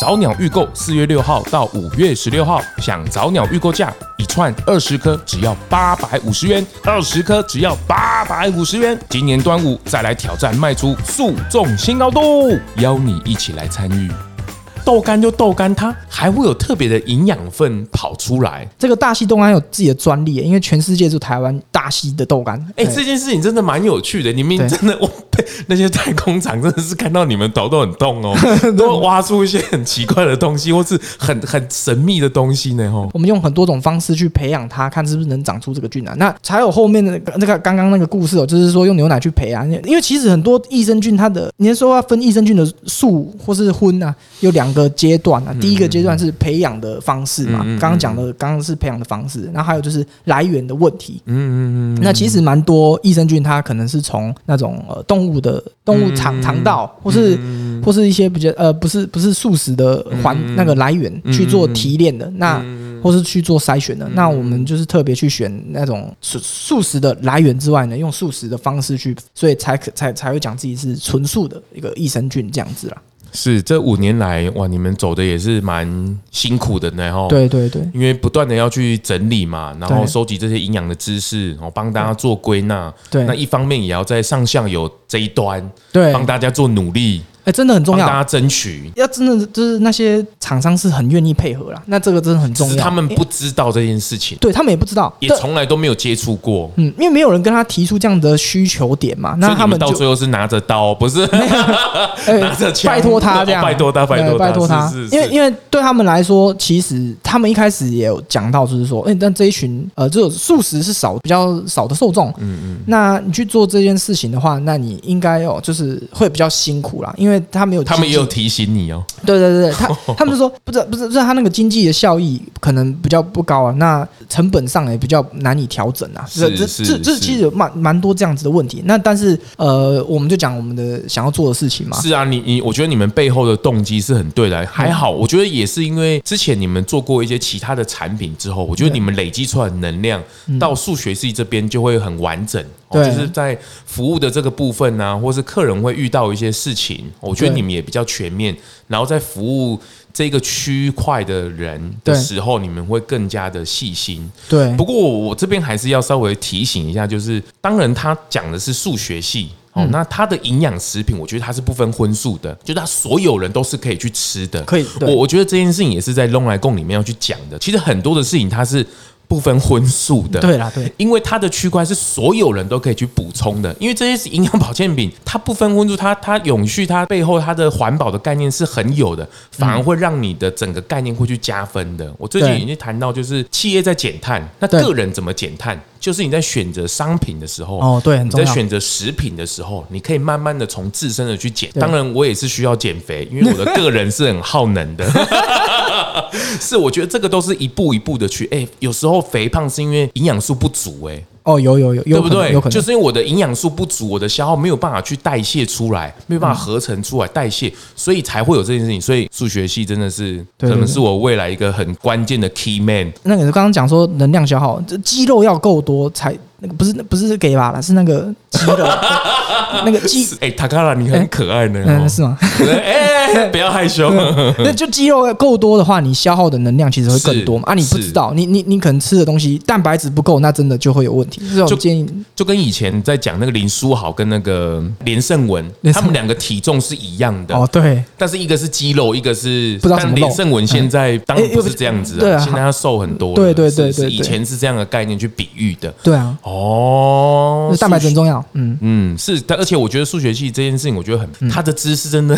Speaker 1: 早鸟预购，四月六号到五月十六号，享早鸟预购价，一串二十颗只要八百五十元，二十颗只要八百五十元。今年端午再来挑战卖出速粽新高度，邀你一起来参与。豆干就豆干，它还会有特别的营养分跑出来。
Speaker 2: 这个大溪豆干有自己的专利耶，因为全世界就台湾大溪的豆干。
Speaker 1: 哎、
Speaker 2: 对
Speaker 1: 这件事情真的蛮有趣的。你们
Speaker 2: 对
Speaker 1: 真的，我 被那些代工厂真的是看到你们头都很痛哦，都会挖出一些很奇怪的东西，或是很很神秘的东西呢。吼，
Speaker 2: 我们用很多种方式去培养它，看是不是能长出这个菌啊。那才有后面的那个刚刚那个故事哦，就是说用牛奶去培啊，因为其实很多益生菌它的，你是说要分益生菌的素或是荤啊，有两个阶段啊。第一个阶段是培养的方式嘛，
Speaker 1: 嗯嗯嗯嗯
Speaker 2: 刚刚讲的刚刚是培养的方式，然后还有就是来源的问题。
Speaker 1: 嗯嗯嗯，
Speaker 2: 那其实蛮多益生菌，它可能是从那种呃动物的动
Speaker 1: 嗯
Speaker 2: 物肠肠道，或是或是一些比较呃不是不是素食的
Speaker 1: 嗯
Speaker 2: 环那个来源去做提炼的，那或是去做筛选的。那我
Speaker 1: 嗯
Speaker 2: 们就是特别去选那种素素食的来源之外呢，用素食的方式去，所以才可才才会讲自己是纯素的一个益生菌这样子啦。
Speaker 1: 是这五年来，哇，你们走的也是蛮辛苦的呢，吼。，
Speaker 2: 对对对，
Speaker 1: 因为不断的要去整理嘛，然后
Speaker 2: 对
Speaker 1: 收集这些营养的知识，然后帮大家做归纳。
Speaker 2: 对
Speaker 1: 那一方面也要在上下游这一端，
Speaker 2: 对
Speaker 1: 帮大家做努力，
Speaker 2: 哎，真的很重
Speaker 1: 帮大
Speaker 2: 要。
Speaker 1: 家争取。
Speaker 2: 要真的就是那些厂商是很愿意配合啦，那这个真的很重
Speaker 1: 只是
Speaker 2: 要。
Speaker 1: 他们
Speaker 2: 哎
Speaker 1: 不知道这件事情，
Speaker 2: 对他们也不知道，
Speaker 1: 也
Speaker 2: 对
Speaker 1: 从来都没有接触过。
Speaker 2: 嗯，因为没有人跟他提出这样的需求点嘛，
Speaker 1: 所
Speaker 2: 那
Speaker 1: 以
Speaker 2: 他
Speaker 1: 你们到
Speaker 2: 就
Speaker 1: 最后是拿着刀，不是
Speaker 2: 哎
Speaker 1: 拿着枪
Speaker 2: 拜托他这
Speaker 1: 哦
Speaker 2: 样，
Speaker 1: 拜托他拜托他
Speaker 2: 对拜托他
Speaker 1: 是是，是
Speaker 2: 因为因为对他们来说，其实他们一开始也有讲到，就是说，哎，但这一群呃，这种素食是少比较少的受众，嗯嗯，那你去做这件事情的话，那你应该哦，就是会比较辛苦啦，因为为他没有经 济，
Speaker 1: 他们也有提醒你哦。
Speaker 2: 对对对，他他们就说不知道不是不是他那个经济的效益可能比较不高啊，那成本上也比较难以调整啊。
Speaker 1: 是
Speaker 2: 这
Speaker 1: 是
Speaker 2: 这这
Speaker 1: 是
Speaker 2: 其实有蛮蛮多这样子的问题。那但是呃，我们就讲我们的想要做的事情嘛。
Speaker 1: 是啊，你你，我觉得你们背后的动机是很对的，还好，
Speaker 2: 嗯
Speaker 1: 我觉得也是因为之前你们做过一些其他的产品之后，我觉得你们累积出来的能量到数学系这边就会很完整。哦
Speaker 2: 嗯对
Speaker 1: 就是在服务的这个部分呢、或是客人会遇到一些事情，我觉得
Speaker 2: 对
Speaker 1: 你们也比较全面。然后在服务这个区块的人的
Speaker 2: 对
Speaker 1: 时候，你们会更加的细心。
Speaker 2: 对，
Speaker 1: 不过我这边还是要稍微提醒一下，就是当然他讲的是数学系。
Speaker 2: 嗯
Speaker 1: 哦，那它的营养食品，我觉得它是不分荤素的，就是它所有人都是可以去吃的。
Speaker 2: 可以对
Speaker 1: 我我觉得这件事情也是在《long 来共》里面要去讲的。其实很多的事情它是不分荤素的。
Speaker 2: 对啦对
Speaker 1: 因为它的区块是所有人都可以去补充的，因为这些是营养保健品，它不分荤素，它它永续，它背后它的环保的概念是很有的，反而会让你的整个概念会去加分的。我最近
Speaker 2: 嗯对
Speaker 1: 已经谈到，就是企业在减碳，那
Speaker 2: 对
Speaker 1: 个人怎么减碳，就是你在选择商品的时候，
Speaker 2: 哦对很
Speaker 1: 你
Speaker 2: 重
Speaker 1: 在
Speaker 2: 要
Speaker 1: 选择食品的时候，你可以慢慢的从自身的去减。
Speaker 2: 对
Speaker 1: 当然，我也是需要减肥， 因为我的个人是很耗能的。是，我觉得这个都是一步一步的去。哎、有时候肥胖是因为营养素不足、哎。
Speaker 2: 哦，有有有，有
Speaker 1: 对不
Speaker 2: 可能
Speaker 1: 对
Speaker 2: 有可？能
Speaker 1: 就是因为我的营养素不足，我的消耗没有办法去代谢出来，
Speaker 2: 嗯
Speaker 1: 没有办法合成出来代谢，所以才会有这件事情。所以数学系真的是，可
Speaker 2: 对对
Speaker 1: 能
Speaker 2: 对
Speaker 1: 是我未来一个很关键的 key man。
Speaker 2: 那个刚刚讲说能量消耗，这肌肉要够多才那个不是不是给吧啦，是那个肌肉那个肌
Speaker 1: 哎、塔卡拉，你很可爱呢、
Speaker 2: 嗯
Speaker 1: 哦
Speaker 2: 是吗？
Speaker 1: 哎、 不要害羞。
Speaker 2: 那就肌肉够多的话，你消耗的能量其实会更多嘛。
Speaker 1: 是
Speaker 2: 啊，你不知道，你你你可能吃的东西蛋白质不够，那真的就会有问题。这
Speaker 1: 就
Speaker 2: 种建议
Speaker 1: 就跟以前在讲那个林书豪跟那个连胜文，
Speaker 2: 连胜文
Speaker 1: 他们两个体重是一样的。
Speaker 2: 哦，对
Speaker 1: 但是一个是肌肉，一个是
Speaker 2: 不知道什么
Speaker 1: 但
Speaker 2: 肉
Speaker 1: 连胜文现在当然
Speaker 2: 哎
Speaker 1: 不是这样子
Speaker 2: 对
Speaker 1: 啊，
Speaker 2: 啊
Speaker 1: 现在他瘦很多了。
Speaker 2: 对对对
Speaker 1: 是
Speaker 2: 对
Speaker 1: 是
Speaker 2: 对
Speaker 1: 以前是这样的概念去比喻的。
Speaker 2: 对啊，
Speaker 1: 哦，
Speaker 2: 蛋白质很重要。嗯，
Speaker 1: 嗯，是，但而且我觉得数学系这件事情，我觉得很，他的知识真 的，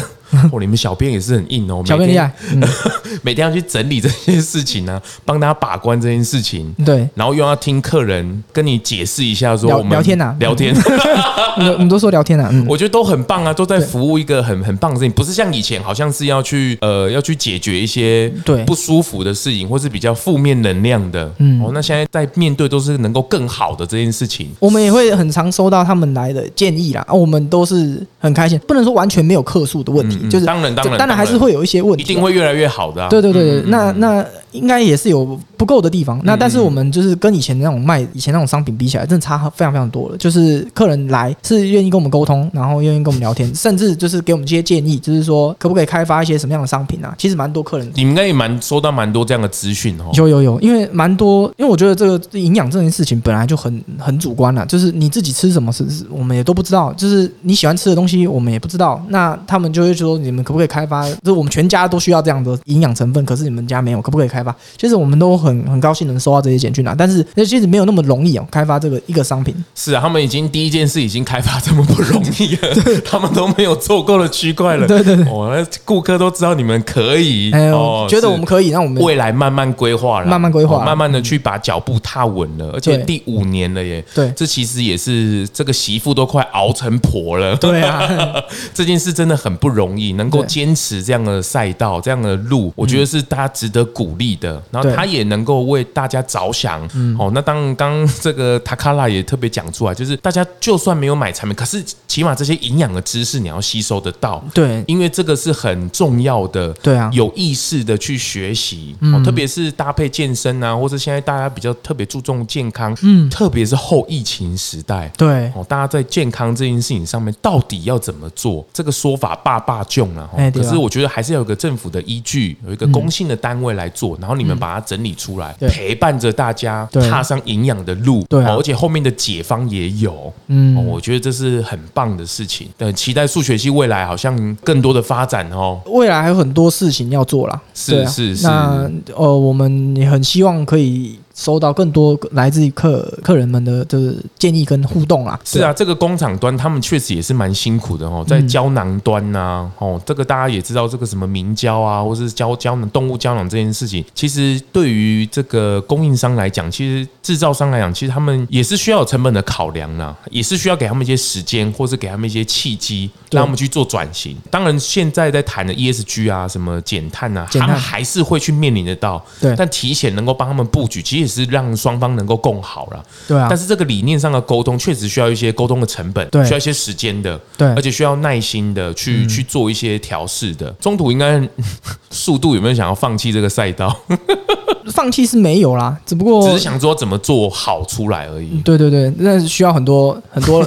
Speaker 1: 哦，你们小编也是很硬哦，
Speaker 2: 小便
Speaker 1: 每
Speaker 2: 厉
Speaker 1: 天
Speaker 2: 害，。嗯，
Speaker 1: 每天要去整理这些事情呢、啊，帮大家把关这件事情，
Speaker 2: 对，
Speaker 1: 然后又要听客人跟你解释一下说
Speaker 2: 聊
Speaker 1: 我们
Speaker 2: 聊天啊
Speaker 1: 聊 天，
Speaker 2: 我们我们都说聊天啊，嗯，
Speaker 1: 我觉得都很棒啊，都在服务一个很很棒的事情，不是像以前好像是要去呃要去解决一些
Speaker 2: 对
Speaker 1: 不舒服的事情，或是比较负面能量的，嗯，哦，那现在在面对都是能够更好的这件事情，
Speaker 2: 我们也会很常收到他们来的建议啦，啊，我们都是很开心，不能说完全没有客诉的问题，
Speaker 1: 嗯嗯
Speaker 2: 就是
Speaker 1: 当然当然
Speaker 2: 当
Speaker 1: 当然
Speaker 2: 然还是会有一些问
Speaker 1: 一
Speaker 2: 题，
Speaker 1: 定会越来越好的、啊，
Speaker 2: 对对对对，那那应该也是有不够的地方。那但是我们就是跟以前那种卖以前那种商品比起来，真的差非常非常多了。就是客人来是愿意跟我们沟通，然后愿意跟我们聊天，甚至就是给我们一些建议，就是说可不可以开发一些什么样的商品啊？其实蛮多客人。
Speaker 1: 你们应该也蛮收到蛮多这样的资讯哦。
Speaker 2: 有有有，因为蛮多，因为我觉得这个营养这件事情本来就很很主观了，就是你自己吃什么是是我们也都不知道，就是你喜欢吃的东西我们也不知道，那他们就会说你们可不可以开发，就是我们全家都需要这样的营养成分，可是你们家没有，可不可以开发？其实我们都很很高兴能收到这些简讯啊，但是那其实没有那么容易哦，开发这个一个商品，
Speaker 1: 是啊，他们已经第一件事已经开发这么不容易了，他们都没有做够的区块了。
Speaker 2: 对对对
Speaker 1: 哦，那顾客都知道你们可以，
Speaker 2: 哎
Speaker 1: 哦
Speaker 2: 呦，，觉得
Speaker 1: 是
Speaker 2: 我们可以，那我们
Speaker 1: 未来慢慢规划了，
Speaker 2: 慢慢规划
Speaker 1: 哦慢慢的去把脚步踏稳了，而且
Speaker 2: 对
Speaker 1: 第五年了耶。
Speaker 2: 对
Speaker 1: 这其实也是这个媳妇都快熬成婆了。
Speaker 2: 对啊，
Speaker 1: 这件事真的很不容易，能够
Speaker 2: 对
Speaker 1: 坚持这样的赛道、这样的路，我觉得是大家值得鼓励的。然后
Speaker 2: 嗯对嗯
Speaker 1: 他也能够为大家着想。哦，那当然，刚刚这个塔卡拉也特别讲出来，就是大家就算没有买产品，可是起码这些营养的知识你要吸收得到。
Speaker 2: 对
Speaker 1: 因为这个是很重要的，
Speaker 2: 对啊
Speaker 1: 有意识的去学习，
Speaker 2: 嗯
Speaker 1: 哦特别是搭配健身啊，或者现在大家比较特别注重健康，嗯，特别是后疫情时代，
Speaker 2: 对，
Speaker 1: 哦，大家在健康这件事情上面到底要怎么做？这个说法霸霸囧了、哦
Speaker 2: 哎
Speaker 1: 可
Speaker 2: 对啊嗯
Speaker 1: 是我觉得还是要有个政府的依据，有一个公信的单位来做，然后你们把它整理出来，
Speaker 2: 对
Speaker 1: 陪伴着大家
Speaker 2: 对
Speaker 1: 踏上营养的路。
Speaker 2: 对啊
Speaker 1: 哦而且后面的解方也有，
Speaker 2: 嗯
Speaker 1: 哦我觉得这是很棒的事情。对，期待数学系未来好像更多的发展哦。
Speaker 2: 未来还有很多事情要做啦，
Speaker 1: 是
Speaker 2: 对啊
Speaker 1: 是是
Speaker 2: 那呃，我们也很希望可以收到更多来自于客客人们的就是建议跟互动啦。
Speaker 1: 是啊，这个工厂端他们确实也是蛮辛苦的
Speaker 2: 嗯
Speaker 1: 哦，在胶囊端呐、哦，这个大家也知道，这个什么明胶啊，或是胶胶囊、动物胶囊这件事情，其实对于这个供应商来讲，其实制造商来讲，其实他们也是需要有成本的考量啦，也是需要给他们一些时间，或是给他们一些契机，
Speaker 2: 对
Speaker 1: 让他们去做转型。当然，现在在谈的 ESG 啊，什么减碳啊，
Speaker 2: 减
Speaker 1: 他
Speaker 2: 碳
Speaker 1: 们还是会去面临得到。
Speaker 2: 对
Speaker 1: 但提前能够帮他们布局，其实也是让双方能够共好啦。
Speaker 2: 对啊
Speaker 1: 但是这个理念上的沟通确实需要一些沟通的成本，
Speaker 2: 对
Speaker 1: 需要一些时间的，
Speaker 2: 对嗯
Speaker 1: 而且需要耐心的去、去做一些调试的。中途应该 速度有没有想要放弃这个赛道？
Speaker 2: 对，放弃是没有啦，只不过
Speaker 1: 只是想说怎么做好出来而已。
Speaker 2: 对对对，那需要很多很 多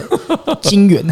Speaker 2: 金元，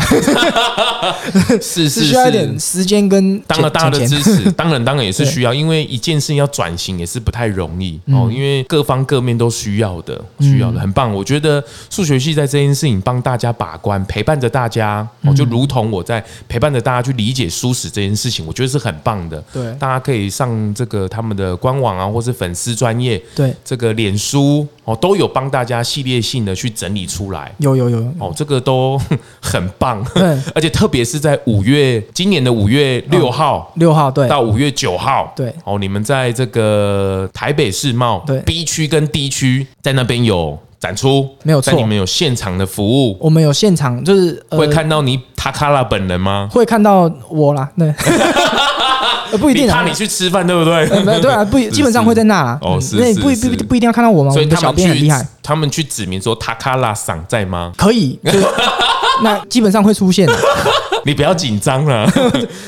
Speaker 1: 是
Speaker 2: 是
Speaker 1: 是
Speaker 2: 需要一点
Speaker 1: 是。
Speaker 2: 时间跟
Speaker 1: 当然，
Speaker 2: 钱
Speaker 1: 大家的
Speaker 2: 钱
Speaker 1: 支 持，当然，当然也是
Speaker 2: 对
Speaker 1: 需要，因为一件事情要转型也是不太容易、哦，因为各方各面都需要的，
Speaker 2: 嗯
Speaker 1: 需要的，很棒。我觉得数学系在这件事情帮大家把关，陪伴着大家，
Speaker 2: 嗯
Speaker 1: 哦，就如同我在陪伴着大家去理解舒适这件事情，我觉得是很棒的。
Speaker 2: 对
Speaker 1: 大家可以上这个他们的官网啊，或是粉丝专业，
Speaker 2: 对
Speaker 1: 这个脸书哦，都有帮大家系列性的去整理出来。
Speaker 2: 有有有，
Speaker 1: 哦，这个都 很棒
Speaker 2: 嗯对，
Speaker 1: 而且特别是在五月，今年的五月六号。
Speaker 2: 六号对
Speaker 1: 到五月九号，
Speaker 2: 对
Speaker 1: 哦，你们在这个台北世贸
Speaker 2: 对
Speaker 1: B 区跟 D 区在那边有展出，
Speaker 2: 没有错
Speaker 1: 但你们有现场的服务，
Speaker 2: 我们有现场就是、呃、
Speaker 1: 会看到你塔卡拉本人吗？
Speaker 2: 会看到我啦， 对，呃不一定
Speaker 1: 你
Speaker 2: 啊
Speaker 1: 怕你。去吃饭，对不对？
Speaker 2: 呃没对啊，不 一基本上会在那啦。
Speaker 1: 哦
Speaker 2: 嗯
Speaker 1: 是
Speaker 2: 那也
Speaker 1: 是
Speaker 2: 不一
Speaker 1: 是
Speaker 2: 不一不一定要看到我吗？我
Speaker 1: 所以
Speaker 2: 们的
Speaker 1: 他
Speaker 2: 小
Speaker 1: 们
Speaker 2: 编很厉
Speaker 1: 去
Speaker 2: 害，，
Speaker 1: 他们去指明说塔卡拉赏在吗？
Speaker 2: 可以。就是 那基本上会出现 的。
Speaker 1: 你不要紧张 了，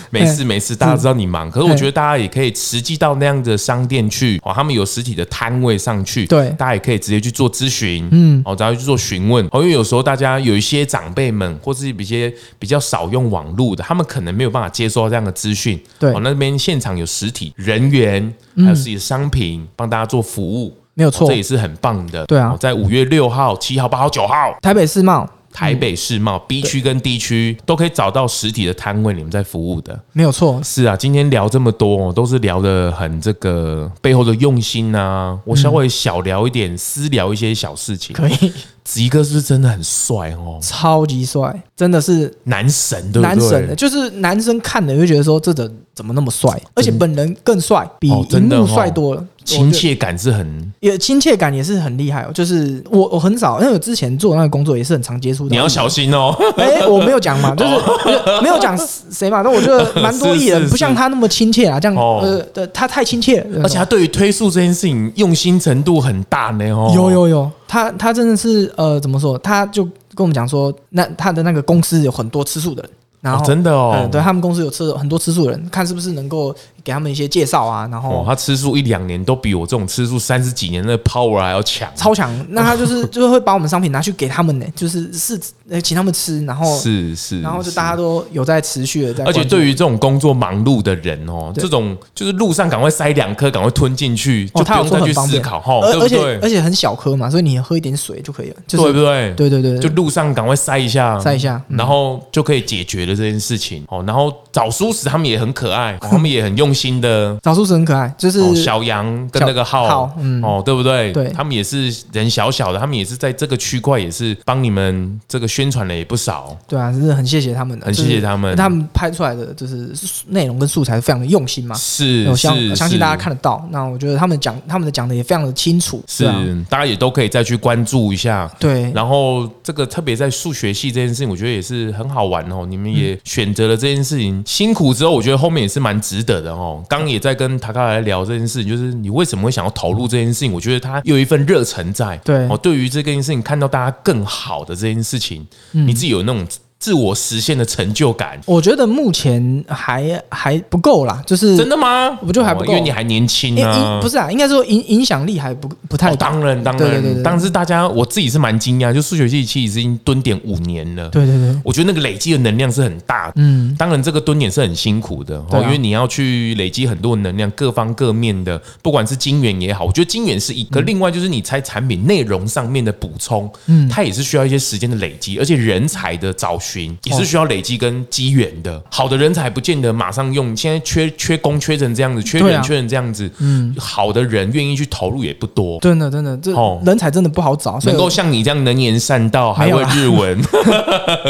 Speaker 1: 没
Speaker 2: 哎
Speaker 1: 事没事，大家知道你忙，
Speaker 2: 嗯
Speaker 1: 可是我觉得大家也可以实际到那样的商店去哦，他们有实体的摊位上去，
Speaker 2: 对
Speaker 1: 大家也可以直接去做咨询，嗯，哦，然后去做询问，哦，因为有时候大家有一些长辈们或是一些比较少用网络的，他们可能没有办法接收到这样的资讯，
Speaker 2: 对
Speaker 1: 哦，那边现场有实体人员，还有自己的商品帮大家做服务。
Speaker 2: 没有错
Speaker 1: 哦这也是很棒的。
Speaker 2: 对啊
Speaker 1: 哦在五月六号、七号、八号、九号，
Speaker 2: 台北世贸
Speaker 1: 台北世贸 B 区跟 D 区都可以找到实体的摊位，你们在服务的。
Speaker 2: 没有错，
Speaker 1: 是啊，今天聊这么多哦，都是聊的很这个背后的用心啊。我稍微小聊一点，私聊一些小事情。
Speaker 2: 可以，
Speaker 1: 子怡哥是不是真的很帅哦？
Speaker 2: 超级帅，真的是
Speaker 1: 男神对不对？
Speaker 2: 男神的，就是男生看了就觉得说这人怎么那么帅，而且本人更帅，比
Speaker 1: 哦
Speaker 2: 荧
Speaker 1: 真的
Speaker 2: 幕
Speaker 1: 哦
Speaker 2: 帅多了，
Speaker 1: 亲
Speaker 2: 我觉得。
Speaker 1: 切感是很。
Speaker 2: 也亲切感也是很厉害哦，就是我我很少，因为我之前做那个工作也是很常接触到。
Speaker 1: 你要小心哦，
Speaker 2: 哎、我没有讲嘛，就是 没有讲谁嘛，但我觉得蛮多
Speaker 1: 是
Speaker 2: 艺人
Speaker 1: 是
Speaker 2: 不像他那么亲切啊，这样
Speaker 1: 哦
Speaker 2: 呃，对他太亲切了，
Speaker 1: 而且他对于推速这件事情用心程度很大呢哦。
Speaker 2: 有有有，他他真的是呃，怎么说？他就跟我们讲说，那他的那个公司有很多吃素的人，然后、
Speaker 1: 哦真的哦
Speaker 2: 嗯对他们公司有吃很多吃素的人，看是不是能够给他们一些介绍啊，然后、
Speaker 1: 哦，他吃素一两年都比我这种吃素三十几年的 power 还要强。
Speaker 2: 超强，那他就 是就是会把我们商品拿去给他们呢，就是是呃请他们吃，然后
Speaker 1: 是是，
Speaker 2: 然后就是大家都有在持续的在
Speaker 1: 而
Speaker 2: 关注，
Speaker 1: 且对于这种工作忙碌的人哦，
Speaker 2: 对
Speaker 1: 这种就是路上赶快塞两颗，赶快吞进去，
Speaker 2: 哦，
Speaker 1: 就不
Speaker 2: 他有
Speaker 1: 用
Speaker 2: 说
Speaker 1: 再
Speaker 2: 很
Speaker 1: 去
Speaker 2: 方
Speaker 1: 思
Speaker 2: 便，
Speaker 1: 考哈，
Speaker 2: 而
Speaker 1: 对
Speaker 2: 而
Speaker 1: 不
Speaker 2: 且而
Speaker 1: 对？
Speaker 2: 且很小颗嘛，所以你喝一点水就可以了，就是
Speaker 1: 对不对？
Speaker 2: 对对对对
Speaker 1: 就路上赶快塞一下，
Speaker 2: 塞一下嗯
Speaker 1: 然后就可以解决了这件事情哦。然后找舒适他们也很可爱， 哦他们也很用心的。
Speaker 2: 枣树是很可爱，就是、
Speaker 1: 哦，小杨跟那个
Speaker 2: 小
Speaker 1: 浩
Speaker 2: 浩，嗯
Speaker 1: 哦，对不对？
Speaker 2: 对
Speaker 1: 他们也是人小小的，他们也是在这个区块也是帮你们这个宣传了也不少。
Speaker 2: 对啊，真的很谢谢他们的，
Speaker 1: 很谢
Speaker 2: 就是
Speaker 1: 谢他们
Speaker 2: 他们拍出来的就是内容跟素材非常的用心嘛。
Speaker 1: 是，
Speaker 2: 我相
Speaker 1: 是
Speaker 2: 相信大家
Speaker 1: 是
Speaker 2: 看得到，那我觉得他们讲他们的讲的也非常的清楚，
Speaker 1: 是，
Speaker 2: 对啊
Speaker 1: 大家也都可以再去关注一下。
Speaker 2: 对
Speaker 1: 然后这个特别在数学系这件事情，我觉得也是很好玩哦。你们也
Speaker 2: 嗯
Speaker 1: 选择了这件事情，辛苦之后，我觉得后面也是蛮值得的哦。刚也在跟塔卡来聊这件事情，就是你为什么会想要投入这件事情？我觉得他有一份热忱在。
Speaker 2: 对
Speaker 1: 哦，对于这件事情，看到大家更好的这件事情，
Speaker 2: 嗯
Speaker 1: 你自己有那种自我实现的成就感。
Speaker 2: 我觉得目前还还不够啦，就是
Speaker 1: 真的吗？
Speaker 2: 我觉得还不
Speaker 1: 哦
Speaker 2: 够
Speaker 1: 因为你还年轻
Speaker 2: 因
Speaker 1: 啊。
Speaker 2: 因不是啊，应该说影影响力还不不太
Speaker 1: 哦，
Speaker 2: 大。
Speaker 1: 当然，当
Speaker 2: 对对对
Speaker 1: 然，
Speaker 2: 对
Speaker 1: 当时大家我自己是蛮惊讶，就数学系其实已经蹲点五年了。
Speaker 2: 对对对，
Speaker 1: 我觉得那个累积的能量是很大的，嗯，当然这个蹲点是很辛苦的，
Speaker 2: 对
Speaker 1: 哦，
Speaker 2: 啊
Speaker 1: 因为你要去累积很多能量，各方各面的，不管是金源也好，我觉得金源
Speaker 2: 嗯
Speaker 1: 是一个，另外就是你在产品内容上面的补充，嗯，它也是需要一些时间的累积，而且人才的找
Speaker 2: 哦
Speaker 1: 群，也是需要累积跟机缘的。好的人才不见得马上用，现在缺缺工缺成这样子，缺
Speaker 2: 对
Speaker 1: 人
Speaker 2: 啊
Speaker 1: 缺成这样子，嗯，好的人愿意去投入也不多。
Speaker 2: 真的真的，这
Speaker 1: 哦
Speaker 2: 人才真的不好找，所以
Speaker 1: 能够
Speaker 2: 我
Speaker 1: 像你这样能言善道，还
Speaker 2: 没有
Speaker 1: 会
Speaker 2: 啦
Speaker 1: 日文，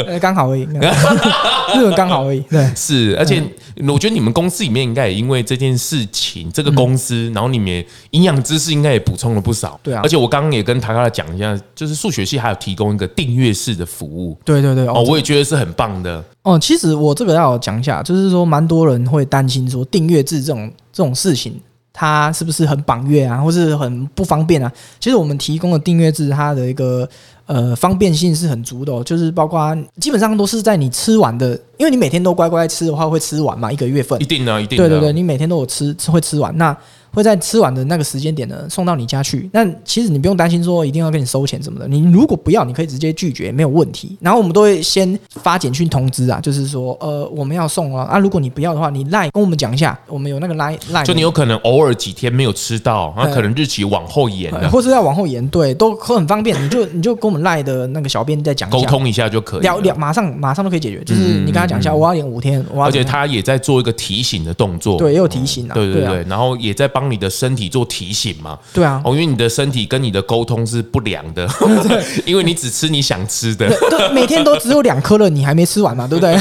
Speaker 2: 呃刚好而已， 日本刚好而已， 对。
Speaker 1: 是，而
Speaker 2: 嗯
Speaker 1: 且我觉得你们公司里面应该也因为这件事情，这个公司，然后你们也营养知识应该也补充了不少。
Speaker 2: 对啊
Speaker 1: 而且我刚刚也跟塔卡拉讲一下，就是数学系还有提供一个订阅式的服务。
Speaker 2: 对对对，
Speaker 1: 哦，
Speaker 2: 哦
Speaker 1: 我也觉得是很棒的，
Speaker 2: 哦，其实我这个要讲一下，就是说蛮多人会担心说订阅制这种这种事情，它是不是很绑约啊，或是很不方便啊？其实我们提供的订阅制，它的一个呃方便性是很足的、哦，就是包括基本上都是在你吃完的，因为你每天都乖乖吃的话，会吃完嘛，一个月份
Speaker 1: 一。定的，一定的。
Speaker 2: 对对对，你每天都有吃，吃会吃完，那会在吃完的那个时间点呢送到你家去。那其实你不用担心说一定要跟你收钱什么的，你如果不要，你可以直接拒绝，没有问题。然后我们都会先发简讯通知啊，就是说呃我们要送了啊，如果你不要的话，你赖跟我们讲一下，我们有那个赖赖，
Speaker 1: 就你有可能偶尔几天没有吃到，那
Speaker 2: 对
Speaker 1: 可能日期往后延啊
Speaker 2: 呃
Speaker 1: 了，
Speaker 2: 或是要往后延，对，都很方便，你就你就跟我们赖的那个小编再讲一
Speaker 1: 沟
Speaker 2: 下。
Speaker 1: 通一下就可以
Speaker 2: 聊
Speaker 1: 了。
Speaker 2: 聊，马上马上都可以解决，就是
Speaker 1: 嗯
Speaker 2: 你跟他讲一下，
Speaker 1: 嗯
Speaker 2: 我要延五天，我要
Speaker 1: 而且
Speaker 2: 怎么
Speaker 1: 他
Speaker 2: 样
Speaker 1: 也在做一个提醒的动作，
Speaker 2: 对也有提醒啊，
Speaker 1: 对对
Speaker 2: 对
Speaker 1: 对，
Speaker 2: 啊，
Speaker 1: 然后也在帮你的身体做提醒嘛。
Speaker 2: 对啊，
Speaker 1: 哦，因为你的身体跟你的沟通是不良的， 因为你只吃你想吃的，
Speaker 2: 对，每天都只有两颗了，你还没 吃完嘛，对不对？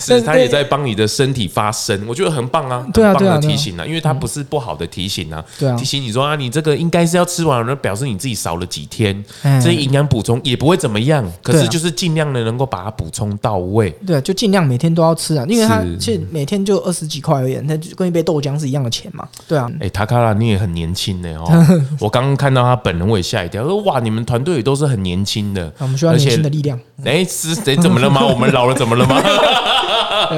Speaker 1: 是它也
Speaker 2: 对
Speaker 1: 在帮你的身体发声，我觉得很棒啊，
Speaker 2: 对啊
Speaker 1: 很棒的
Speaker 2: 对啊对啊
Speaker 1: 提醒啊，因为它不是不好的提醒啊，
Speaker 2: 对啊
Speaker 1: 提醒你说啊，你这个应该是要吃完了，表示你自己少了几天，
Speaker 2: 嗯
Speaker 1: 这些营养补充也不会怎么样，可
Speaker 2: 对
Speaker 1: 是
Speaker 2: 啊
Speaker 1: 就是尽量的能够把它补充到位，
Speaker 2: 对，就尽量每天都要吃啊，因为它
Speaker 1: 是
Speaker 2: 其实每天就二十几块而已，那就跟一杯豆浆是一样的钱嘛。对啊，
Speaker 1: 哎、塔卡拉，你也很年轻呢 哦！我刚刚看到他本人，我也吓一跳，说哇，你们团队也都是很年轻的，
Speaker 2: 啊我们需要年轻的力量，
Speaker 1: 而且。哎、是谁怎么了吗？我们老了怎么了吗？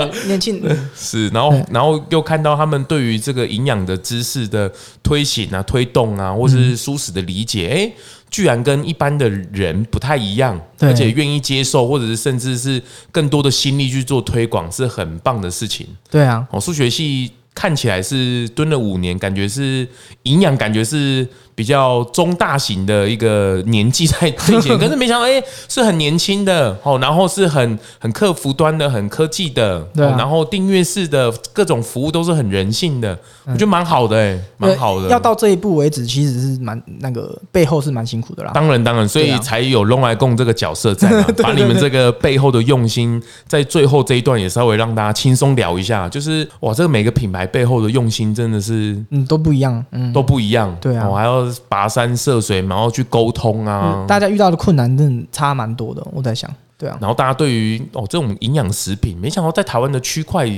Speaker 2: 对，年轻，嗯
Speaker 1: 是，然后然后又看到他们对于这个营养的知识的推行啊、推动啊，或是舒适的理解，哎、居然跟一般的人不太一样，
Speaker 2: 对
Speaker 1: 而且愿意接受，或者是甚至是更多的心力去做推广，是很棒的事情。
Speaker 2: 对啊，
Speaker 1: 哦，数学系看起来是蹲了五年，感觉是营养，感觉是比较中大型的一个年纪 在推前，可是没想到哎、是很年轻的哦，然后是很很客服端的，很科技的，
Speaker 2: 对
Speaker 1: 哦
Speaker 2: 啊
Speaker 1: 然后订阅式的各种服务都是很人性的，我觉得蛮好的哎、 蛮好的。
Speaker 2: 要到这一步为止，其实是蛮那个背后是蛮辛苦的啦。
Speaker 1: 当然，当然，所以
Speaker 2: 对啊
Speaker 1: 才有龙来共这个角色在 嘛，把你们这个背后的用心，在最后这一段也稍微让大家轻松聊一下。就是哇，这个每个品牌背后的用心真的是
Speaker 2: 嗯，都不一样，嗯，
Speaker 1: 都不一样。
Speaker 2: 对啊
Speaker 1: 我、还要跋山涉水，然后去沟通啊。
Speaker 2: 大家遇到的困难真的差蛮多的。我在想，对啊，
Speaker 1: 然后大家对于哦这种营养食品，没想到在台湾的区块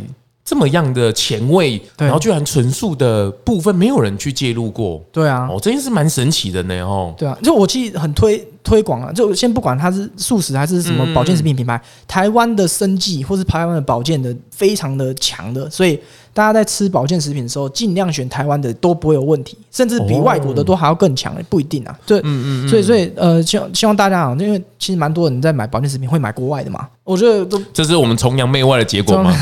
Speaker 1: 这么样的前卫，
Speaker 2: 对
Speaker 1: 然后居然纯素的部分没有人去介入过。
Speaker 2: 对啊，
Speaker 1: 哦，这件事蛮神奇的呢，哦，
Speaker 2: 对啊，就我其实很推推广啊，就先不管它是素食还是什么保健食品品牌，台湾的生计或是台湾的保健的非常的强的，所以大家在吃保健食品的时候，尽量选台湾的都不会有问题，甚至比
Speaker 1: 哦
Speaker 2: 外国的都还要更强、不一定啊。对，嗯嗯所以所以呃，希望希望大家啊，因为其实蛮多人在买保健食品会买国外的嘛，我觉得都
Speaker 1: 这是我们崇洋媚外的结果吗？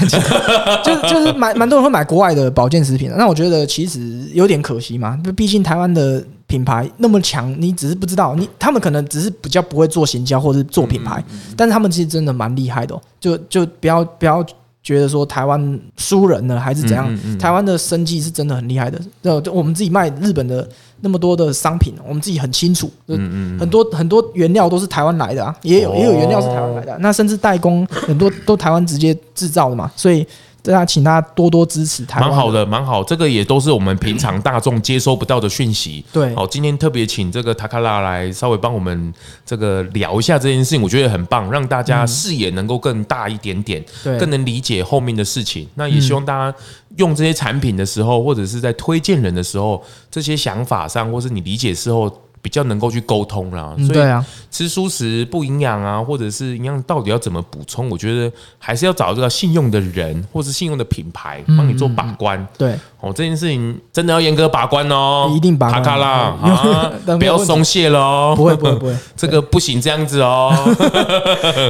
Speaker 2: 就就是蛮蛮多人会买国外的保健食品的，那我觉得其实有点可惜嘛，毕竟台湾的品牌那么强，你只是不知道，你他们可能只是比较不会做行销或者做品
Speaker 1: 嗯
Speaker 2: 牌，但是他们其实真的蛮厉害的、哦，就就不要不要。觉得说台湾输人了还是怎样？
Speaker 1: 嗯嗯嗯
Speaker 2: 台湾的生计是真的很厉害的。就就我们自己卖日本的那么多的商品，我们自己很清楚，就
Speaker 1: 嗯
Speaker 2: 很多很多原料都是台湾来的啊，也有也有原料是台湾来的啊、那甚至代工很多都台湾直接制造的嘛，所以大家请大家多多支持台湾。
Speaker 1: 蛮好，的，蛮好，这个也都是我们平常大众接收不到的讯息。
Speaker 2: 对
Speaker 1: 好，今天特别请这个塔卡拉来稍微帮我们这个聊一下这件事情，我觉得很棒，让大家视野能够更大一点点，
Speaker 2: 嗯对
Speaker 1: 更能理解后面的事情。那也希望大家用这些产品的时候，或者是在推荐人的时候，这些想法上，或是你理解之后。比较能够去沟通啦，
Speaker 2: 嗯
Speaker 1: 所以
Speaker 2: 对啊，
Speaker 1: 吃素食不营养啊，或者是营养到底要怎么补充？我觉得还是要找这个信用的人，或是信用的品牌帮你做把关。
Speaker 2: 对，
Speaker 1: 哦，这件事情真的要严格把关哦，
Speaker 2: 嗯一定把
Speaker 1: 卡
Speaker 2: 关
Speaker 1: 卡啦
Speaker 2: 嗯，
Speaker 1: 啊
Speaker 2: 当然
Speaker 1: 不
Speaker 2: 没有
Speaker 1: 要
Speaker 2: 问题
Speaker 1: 松懈喽，
Speaker 2: 不会不会不会
Speaker 1: 这个不行这样子 哦，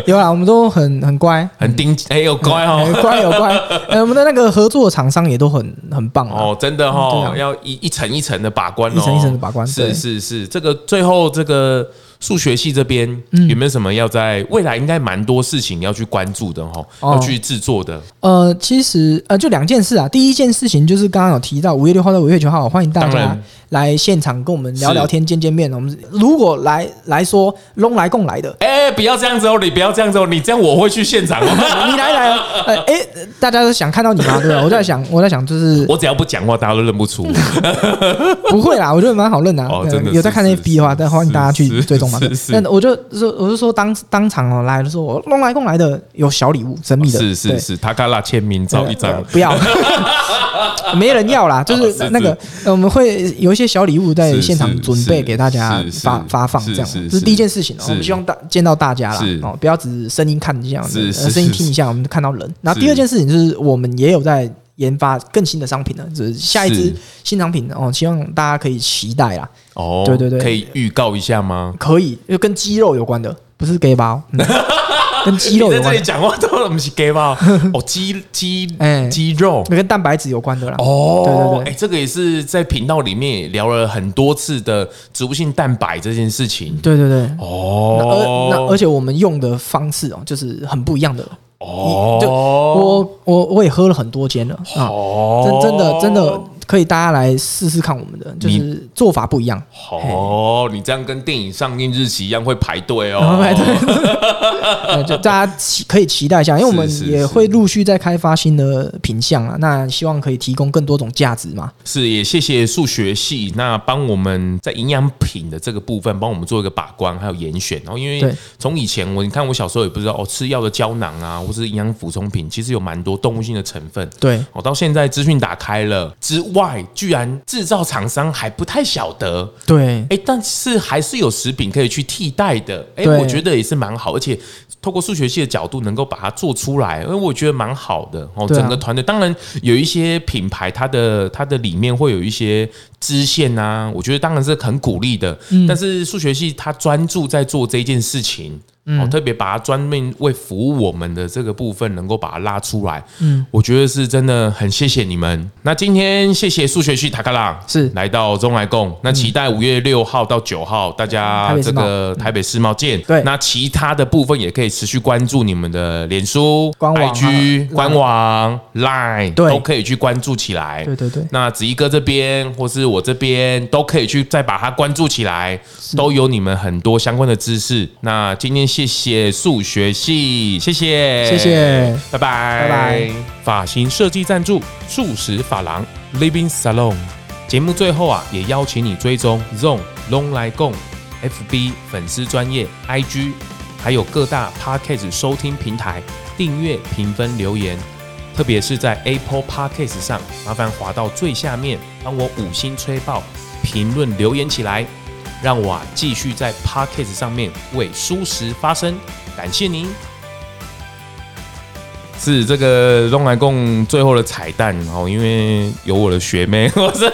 Speaker 2: 有啦，我们都很很乖。
Speaker 1: 很盯，哎呦乖
Speaker 2: 很
Speaker 1: 哦，
Speaker 2: 乖有乖，呃，我们的那个合作厂商也都很很棒哦。
Speaker 1: 哦真的
Speaker 2: 嗯
Speaker 1: 哦，
Speaker 2: 对啊
Speaker 1: 要一一层一层的把关哦，
Speaker 2: 一层一层地把关
Speaker 1: 是
Speaker 2: 对
Speaker 1: 是是，这个最后这个数学系这边
Speaker 2: 嗯
Speaker 1: 有没有什么要在未来应该蛮多事情要去关注的哈，
Speaker 2: 哦
Speaker 1: 要去制作的，
Speaker 2: 呃，其实呃，就两件事啊。第一件事情就是刚刚有提到五月六号到五月九号，欢迎大
Speaker 1: 当
Speaker 2: 家
Speaker 1: 然
Speaker 2: 来现场跟我们聊
Speaker 1: 是
Speaker 2: 聊天、见见面。我们如果来来说拢来共来的，
Speaker 1: 哎、不要这样子哦，你不要这样子哦，你这样我会去现场哦。
Speaker 2: 你来来，呃，哎、大家都想看到你嘛，对吧？我在想，我在想，就是
Speaker 1: 我只要不讲话，大家都认不 出我。
Speaker 2: 不会啦，我觉得蛮好认的啊、
Speaker 1: 哦
Speaker 2: 对
Speaker 1: 真的是
Speaker 2: 有在看
Speaker 1: 是
Speaker 2: FB 的话，
Speaker 1: 是
Speaker 2: 但欢迎大家去
Speaker 1: 是
Speaker 2: 追踪嘛
Speaker 1: 是。是
Speaker 2: 那我就说，我就说当当场哦来的时候，我弄来共来的有小礼物，神秘的，
Speaker 1: 哦是是
Speaker 2: 对
Speaker 1: 是，塔卡拉签名照一
Speaker 2: 呃
Speaker 1: 张。
Speaker 2: 不要， 没人 要啦，就
Speaker 1: 哦是
Speaker 2: 是那个呃我们会有一些小礼物在现场
Speaker 1: 是是
Speaker 2: 准备给大家
Speaker 1: 是是
Speaker 2: 发发放，
Speaker 1: 是
Speaker 2: 这样
Speaker 1: 是
Speaker 2: 这是第一件事情哦。
Speaker 1: 是
Speaker 2: 我们希望大见到大家啦
Speaker 1: 是，
Speaker 2: 哦，不要只是声音看这样子，
Speaker 1: 是是
Speaker 2: 呃声音
Speaker 1: 是
Speaker 2: 听一下，我们看到人。然后
Speaker 1: 是
Speaker 2: 第二件事情就是我们也有在。研发更新的商品了，就是下一
Speaker 1: 是
Speaker 2: 支新商品哦，希望大家可以期待啦。
Speaker 1: 哦，
Speaker 2: 对对对
Speaker 1: 可以预告一下吗？
Speaker 2: 可以，就跟肌肉有关的，不是 gay 包， 嗯跟肌肉
Speaker 1: 你在这
Speaker 2: 有关
Speaker 1: 里
Speaker 2: 的，
Speaker 1: 讲话都不是 gay 吧？哦，肌肌
Speaker 2: 哎
Speaker 1: 肌肉。
Speaker 2: 跟蛋白质有关的啦。
Speaker 1: 哦，
Speaker 2: 对对
Speaker 1: 哎、
Speaker 2: 对
Speaker 1: 这个也是在频道里面也聊了很多次的植物性蛋白这件事情。
Speaker 2: 对对对，那
Speaker 1: 哦
Speaker 2: 而，那呃而且我们用的方式哦，就是很不一样的。
Speaker 1: 哦，
Speaker 2: 就我我我也喝了很多间了啊，
Speaker 1: 哦
Speaker 2: 真真的真的可以大家来试试看我们的，就是做法不一样。
Speaker 1: 哦，你这样跟电影上映日期一样会排队
Speaker 2: 然
Speaker 1: 哦
Speaker 2: 后，来 对，呃 就大家期可以期待一下，因为我们
Speaker 1: 是是
Speaker 2: 也会陆续在开发新的品相啊，那希望可以提供更多种价值嘛。
Speaker 1: 是，也谢谢数学系，那帮我们在营养品的这个部分，帮我们做一个把关，还有严选。然后，因为
Speaker 2: 对
Speaker 1: 从以前我，你看我小时候也不知道哦，吃药的胶囊啊，或是营养补充品，其实有蛮多动物性的成分。
Speaker 2: 对，
Speaker 1: 哦，到现在资讯打开了之外，居然制造厂商还不太晓得，
Speaker 2: 对，
Speaker 1: 哎，但是还是有食品可以去替代的，哎，
Speaker 2: 对
Speaker 1: 我觉得也是蛮好，而且透过数学系的角度能够把它做出来，因为我觉得蛮好的哦。
Speaker 2: 对啊
Speaker 1: 整个团队当然有一些品牌，它的它的里面会有一些支线啊，我觉得当然是很鼓励的。
Speaker 2: 嗯
Speaker 1: 但是数学系它专注在做这件事情。
Speaker 2: 嗯
Speaker 1: 哦，特别把它专门为服务我们的这个部分，能够把它拉出来，嗯，我觉得是真的很谢谢你们。那今天谢谢数学系塔卡拉，
Speaker 2: 是嗯
Speaker 1: 来到中来共，那期待五月六号到九号，大家
Speaker 2: 台
Speaker 1: 这
Speaker 2: 北世贸
Speaker 1: 个台北世贸见。
Speaker 2: 对
Speaker 1: 那其他的部分也可以持续关注你们的脸书、
Speaker 2: 官网啊
Speaker 1: IG、
Speaker 2: Line
Speaker 1: 官网、Line，
Speaker 2: 对
Speaker 1: 都可以去关注起来。
Speaker 2: 对对对
Speaker 1: 那子怡哥这边或是我这边都可以去再把它关注起来，都有你们很多相关的知识。那今天谢谢数学系，谢谢，
Speaker 2: 谢谢。
Speaker 1: 拜拜，
Speaker 2: 拜拜。
Speaker 1: 发型设计赞助素食发廊 Living Salon。节目最后啊，也邀请你追踪 Zone Long 来共 FB 粉丝专业 IG，还有各大 Podcast 收听平台订阅、评分、留言。特别是在 Apple Podcast 上，麻烦滑到最下面，帮我五星吹爆，评论留言起来，让我啊继续在 Podcast 上面为舒适发声。感谢您。是这个东来共最后的彩蛋哦，因为有我的学妹， 我是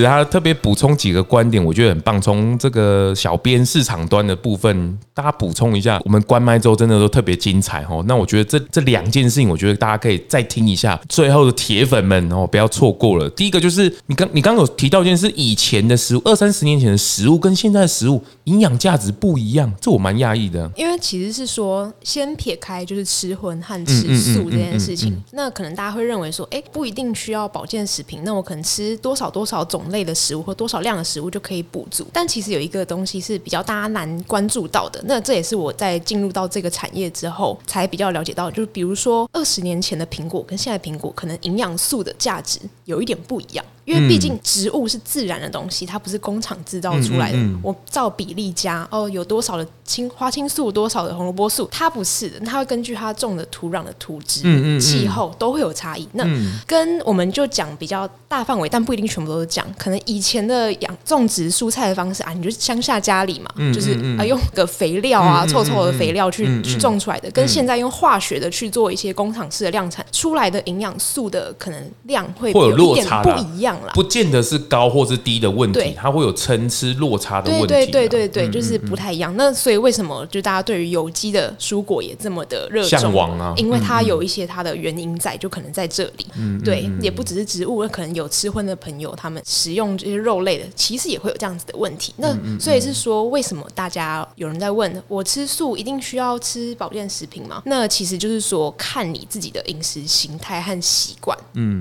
Speaker 1: 是她特别补充几个观点，我觉得很棒。从这个小编市场端的部分，大家补充一下，我们关麦之后真的都特别精彩哦。那我觉得这这两件事情，我觉得大家可以再听一下。最后的铁粉们哦，不要错过了。第一个就是你刚你刚有提到一件事，以前的食物，二三十年前的食物跟现在的食物营养价值不一样，这我蛮讶异的。
Speaker 5: 因为其实是说，先撇开就是吃荤和
Speaker 1: 嗯
Speaker 5: 吃素这件事情，那可能大家会认为说，哎、不一定需要保健食品，那我可能吃多少多少种类的食物或多少量的食物就可以补足。但其实有一个东西是比较大家难关注到的，那这也是我在进入到这个产业之后才比较了解到，就是比如说二十年前的苹果跟现在苹果，可能营养素的价值有一点不一样。因为毕竟植物是自然的东西，它不是工厂制造出来的。
Speaker 1: 嗯嗯嗯嗯
Speaker 5: 我照比例加，哦，有多少的青花青素，多少的红萝卜素，它不是的，它会根据它种的土壤的土质、
Speaker 1: 嗯嗯嗯嗯
Speaker 5: 气候都会有差异。那、跟我们就讲比较大范围，但不一定全部都是讲。可能以前的养种植蔬菜的方式啊，你就乡下家里嘛，
Speaker 1: 嗯
Speaker 5: 就是啊、用个肥料啊，臭臭的肥料去、去种出来的，跟现在用化学的去做一些工厂式的量产出来的营养素的可能量会
Speaker 1: 会有
Speaker 5: 一
Speaker 1: 落
Speaker 5: 点
Speaker 1: 差
Speaker 5: 不
Speaker 1: 啦
Speaker 5: 一样。样啦。
Speaker 1: 不见得是高或是低的问题
Speaker 5: 对，
Speaker 1: 它会有参差落差的问
Speaker 5: 对
Speaker 1: 题。啊嗯
Speaker 5: 对对对，对，就是不太一样。那所以为什么就大家对于有机的蔬果也这么的热衷？
Speaker 1: 向往啊
Speaker 5: 因为它有一些它的原因在，就可能在这里。
Speaker 1: 嗯
Speaker 5: 对，也不只是植物，可能有吃荤的朋友，他们食用这些肉类的，其实也会有这样子的问题。
Speaker 1: 嗯
Speaker 5: 那所以是说，为什么大家有人在问我吃素一定需要吃保健食品吗？那其实就是说，看你自己的饮食形态和习惯。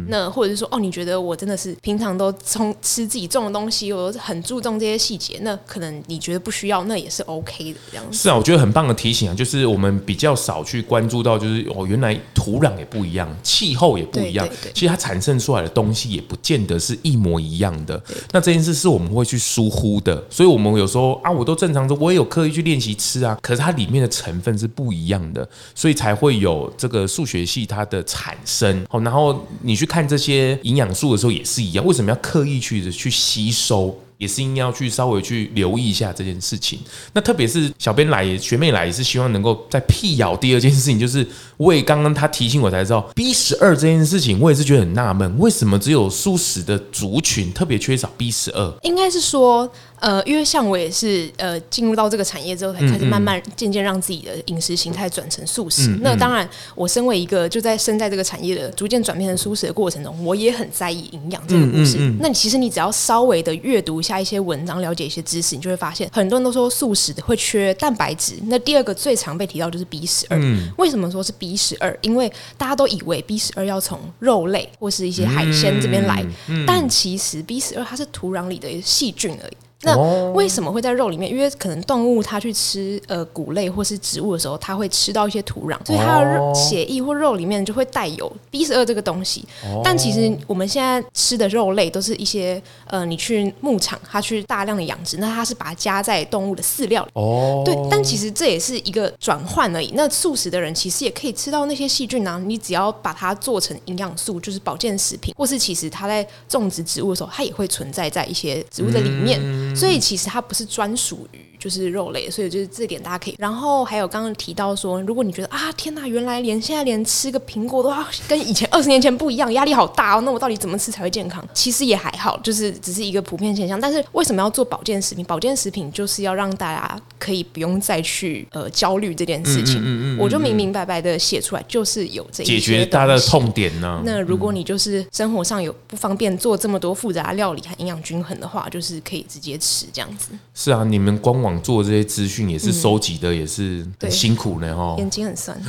Speaker 5: 那或者是说，哦，你觉得我真的是平常都从吃自己种的东西，我很注重这些细节，那可能你觉得不需要，那也是 OK 的这样子。
Speaker 1: 是啊，我觉得很棒的提醒啊，就是我们比较少去关注到，就是哦，原来土壤也不一样，气候也不一样
Speaker 5: 对对，对
Speaker 1: 其实它产生出来的东西也不见得是一模一样的。那这件事是我们会去疏忽的，所以我们有时候啊，我都正常的，我也有刻意去练习吃啊，可是它里面的成分是不一样的，所以才会有这个数学系它的产生。哦，然后你去看这些营养素的时候也是一样，为什么要刻意去去吸收？也是应该要去稍微去留意一下这件事情。那特别是小编来也学妹来也是希望能够再辟谣。第二件事情就是，我也刚刚她提醒我才知道 B 十二这件事情，我也是觉得很纳闷，为什么只有素食的族群特别缺少 B 十二？
Speaker 5: 应该是说，呃，因为像我也是，呃，进入到这个产业之后，才开始慢慢渐渐让自己的饮食形态转成素食。嗯那当然，我身为一个就在身在这个产业的逐渐转变成素食的过程中，我也很在意营养这个故事。那你其实你只要稍微的阅读一下一些文章，了解一些知识，你就会发现，很多人都说素食会缺蛋白质。那第二个最常被提到就是 B 十二。为什么说是 B 十二？因为大家都以为 B 十二要从肉类或是一些海鲜这边来，但其实 B 十二它是土壤里的细菌而已。那为什么会在肉里面？因为可能动物它去吃呃谷类或是植物的时候，它会吃到一些土壤，所以它的
Speaker 1: 哦
Speaker 5: 肉血液或肉里面就会带有 B 十二这个东西。但其实我们现在吃的肉类都是一些呃，你去牧场它去大量的养殖，那它是把它加在动物的饲料里。
Speaker 1: 哦，
Speaker 5: 对，但其实这也是一个转换而已。那素食的人其实也可以吃到那些细菌啊，你只要把它做成营养素，就是保健食品，或是其实它在种植植物的时候，它也会存在在一些植物的里面，所以其实它不是专属于。就是肉类，所以就是这点大家可以。然后还有刚刚提到说，如果你觉得啊，天哪，原来连现在连吃个苹果都要跟以前二十年前不一样，压力好大哦。那我到底怎么吃才会健康？其实也还好，就是只是一个普遍现象。但是为什么要做保健食品？保健食品就是要让大家可以不用再去呃焦虑这件
Speaker 1: 嗯
Speaker 5: 事情。我就明明白白的写出来，就是有这一
Speaker 1: 解
Speaker 5: 些
Speaker 1: 决大家的
Speaker 5: 东西
Speaker 1: 痛点呢、
Speaker 5: 那如果你就是生活上有不方便做这么多复杂的料理和营养均衡的话，就是可以直接吃这样子。
Speaker 1: 是啊，你们官网做这些资讯也是收集的，也是很
Speaker 5: 对
Speaker 1: 辛苦呢哦。
Speaker 5: 眼睛很酸，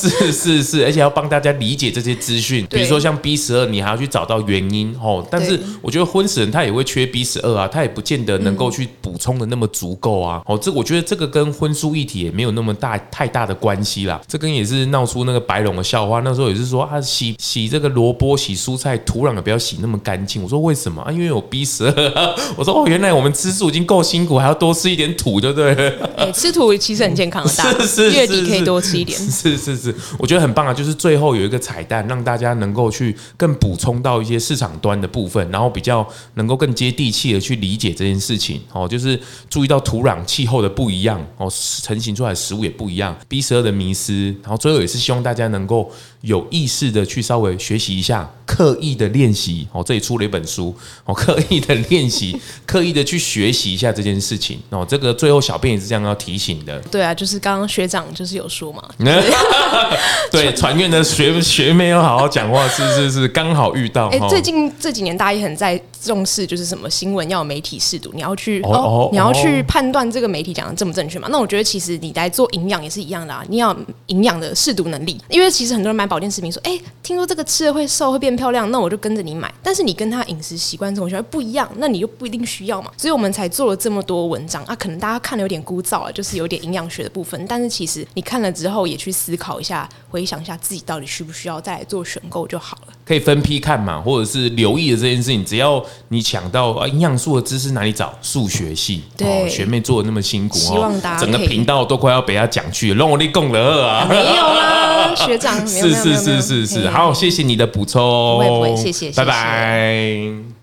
Speaker 1: 是是是，而且要帮大家理解这些资讯，比
Speaker 5: 对
Speaker 1: 如说像 B 十二，你还要去找到原因哦。但是
Speaker 5: 对
Speaker 1: 我觉得婚死人他也会缺 B 十二啊，他也不见得能够去补充的那么足够啊。哦，这我觉得这个跟婚书议题也没有那么大太大的关系啦。这跟也是闹出那个白龙的笑话，那时候也是说啊，洗洗这个萝卜、洗蔬菜，土壤也不要洗那么干净。我说为什么啊？因为有 B 十二。 我说哦，原来我们吃素已经够辛苦，还要多吃一点土，对不对？
Speaker 5: 哎，吃土其实很健康的，大家
Speaker 1: 是是是
Speaker 5: 月底可以多吃一 点。
Speaker 1: 是是是，我觉得很棒啊！就是最后有一个彩蛋，让大家能够去更补充到一些市场端的部分，然后比较能够更接地气的去理解这件事情哦。就是注意到土壤、气候的不一样哦，成型出来的食物也不一样。B 十二的迷失，然后最后也是希望大家能够有意识的去稍微学习一下，刻意的练习哦。这里出了一本书哦，刻意的练习，刻意的去学习一下这件事情哦。这个最后小便也是这样要提醒的。
Speaker 5: 对啊，就是刚刚学长就是有说嘛，
Speaker 1: 对，传院的学学妹要好好讲话，是是是，刚好遇到
Speaker 5: 哎、
Speaker 1: 哈。
Speaker 5: 最近这几年大家也很在重视，就是什么新闻要有媒体试读，你要去
Speaker 1: 哦
Speaker 5: 哦
Speaker 1: 哦
Speaker 5: 你要去
Speaker 1: 哦
Speaker 5: 判断这个媒体讲的正不正确嘛。那我觉得其实你来做营养也是一样的啊，你要有营养的试读能力，因为其实很多人买保健食品说，哎、听说这个吃了会瘦会变漂亮，那我就跟着你买，但是你跟他饮食习惯生活习惯不一样，那你就不一定需要嘛。所以我们才做了这么多文章啊，可能大家看了有点枯燥啊，就是有点营养学的部分，但是其实你看了之后也去思考一下，回想一下自己到底需不需要再来做选购就好了。
Speaker 1: 可以分批看嘛，或者是留意的这件事情，只要你抢到啊营养素的知识，哪里找？数学系哦
Speaker 5: 对
Speaker 1: 学妹做的那么辛苦
Speaker 5: 希
Speaker 1: 哦
Speaker 5: 望大，家
Speaker 1: 整个
Speaker 5: 可以
Speaker 1: 频道都快要被她讲去了，让我力供了啊！
Speaker 5: 没有啦，学长，没有
Speaker 1: 是是是是是，好，，谢谢你的补充，
Speaker 5: 不会不会谢谢
Speaker 1: 拜拜。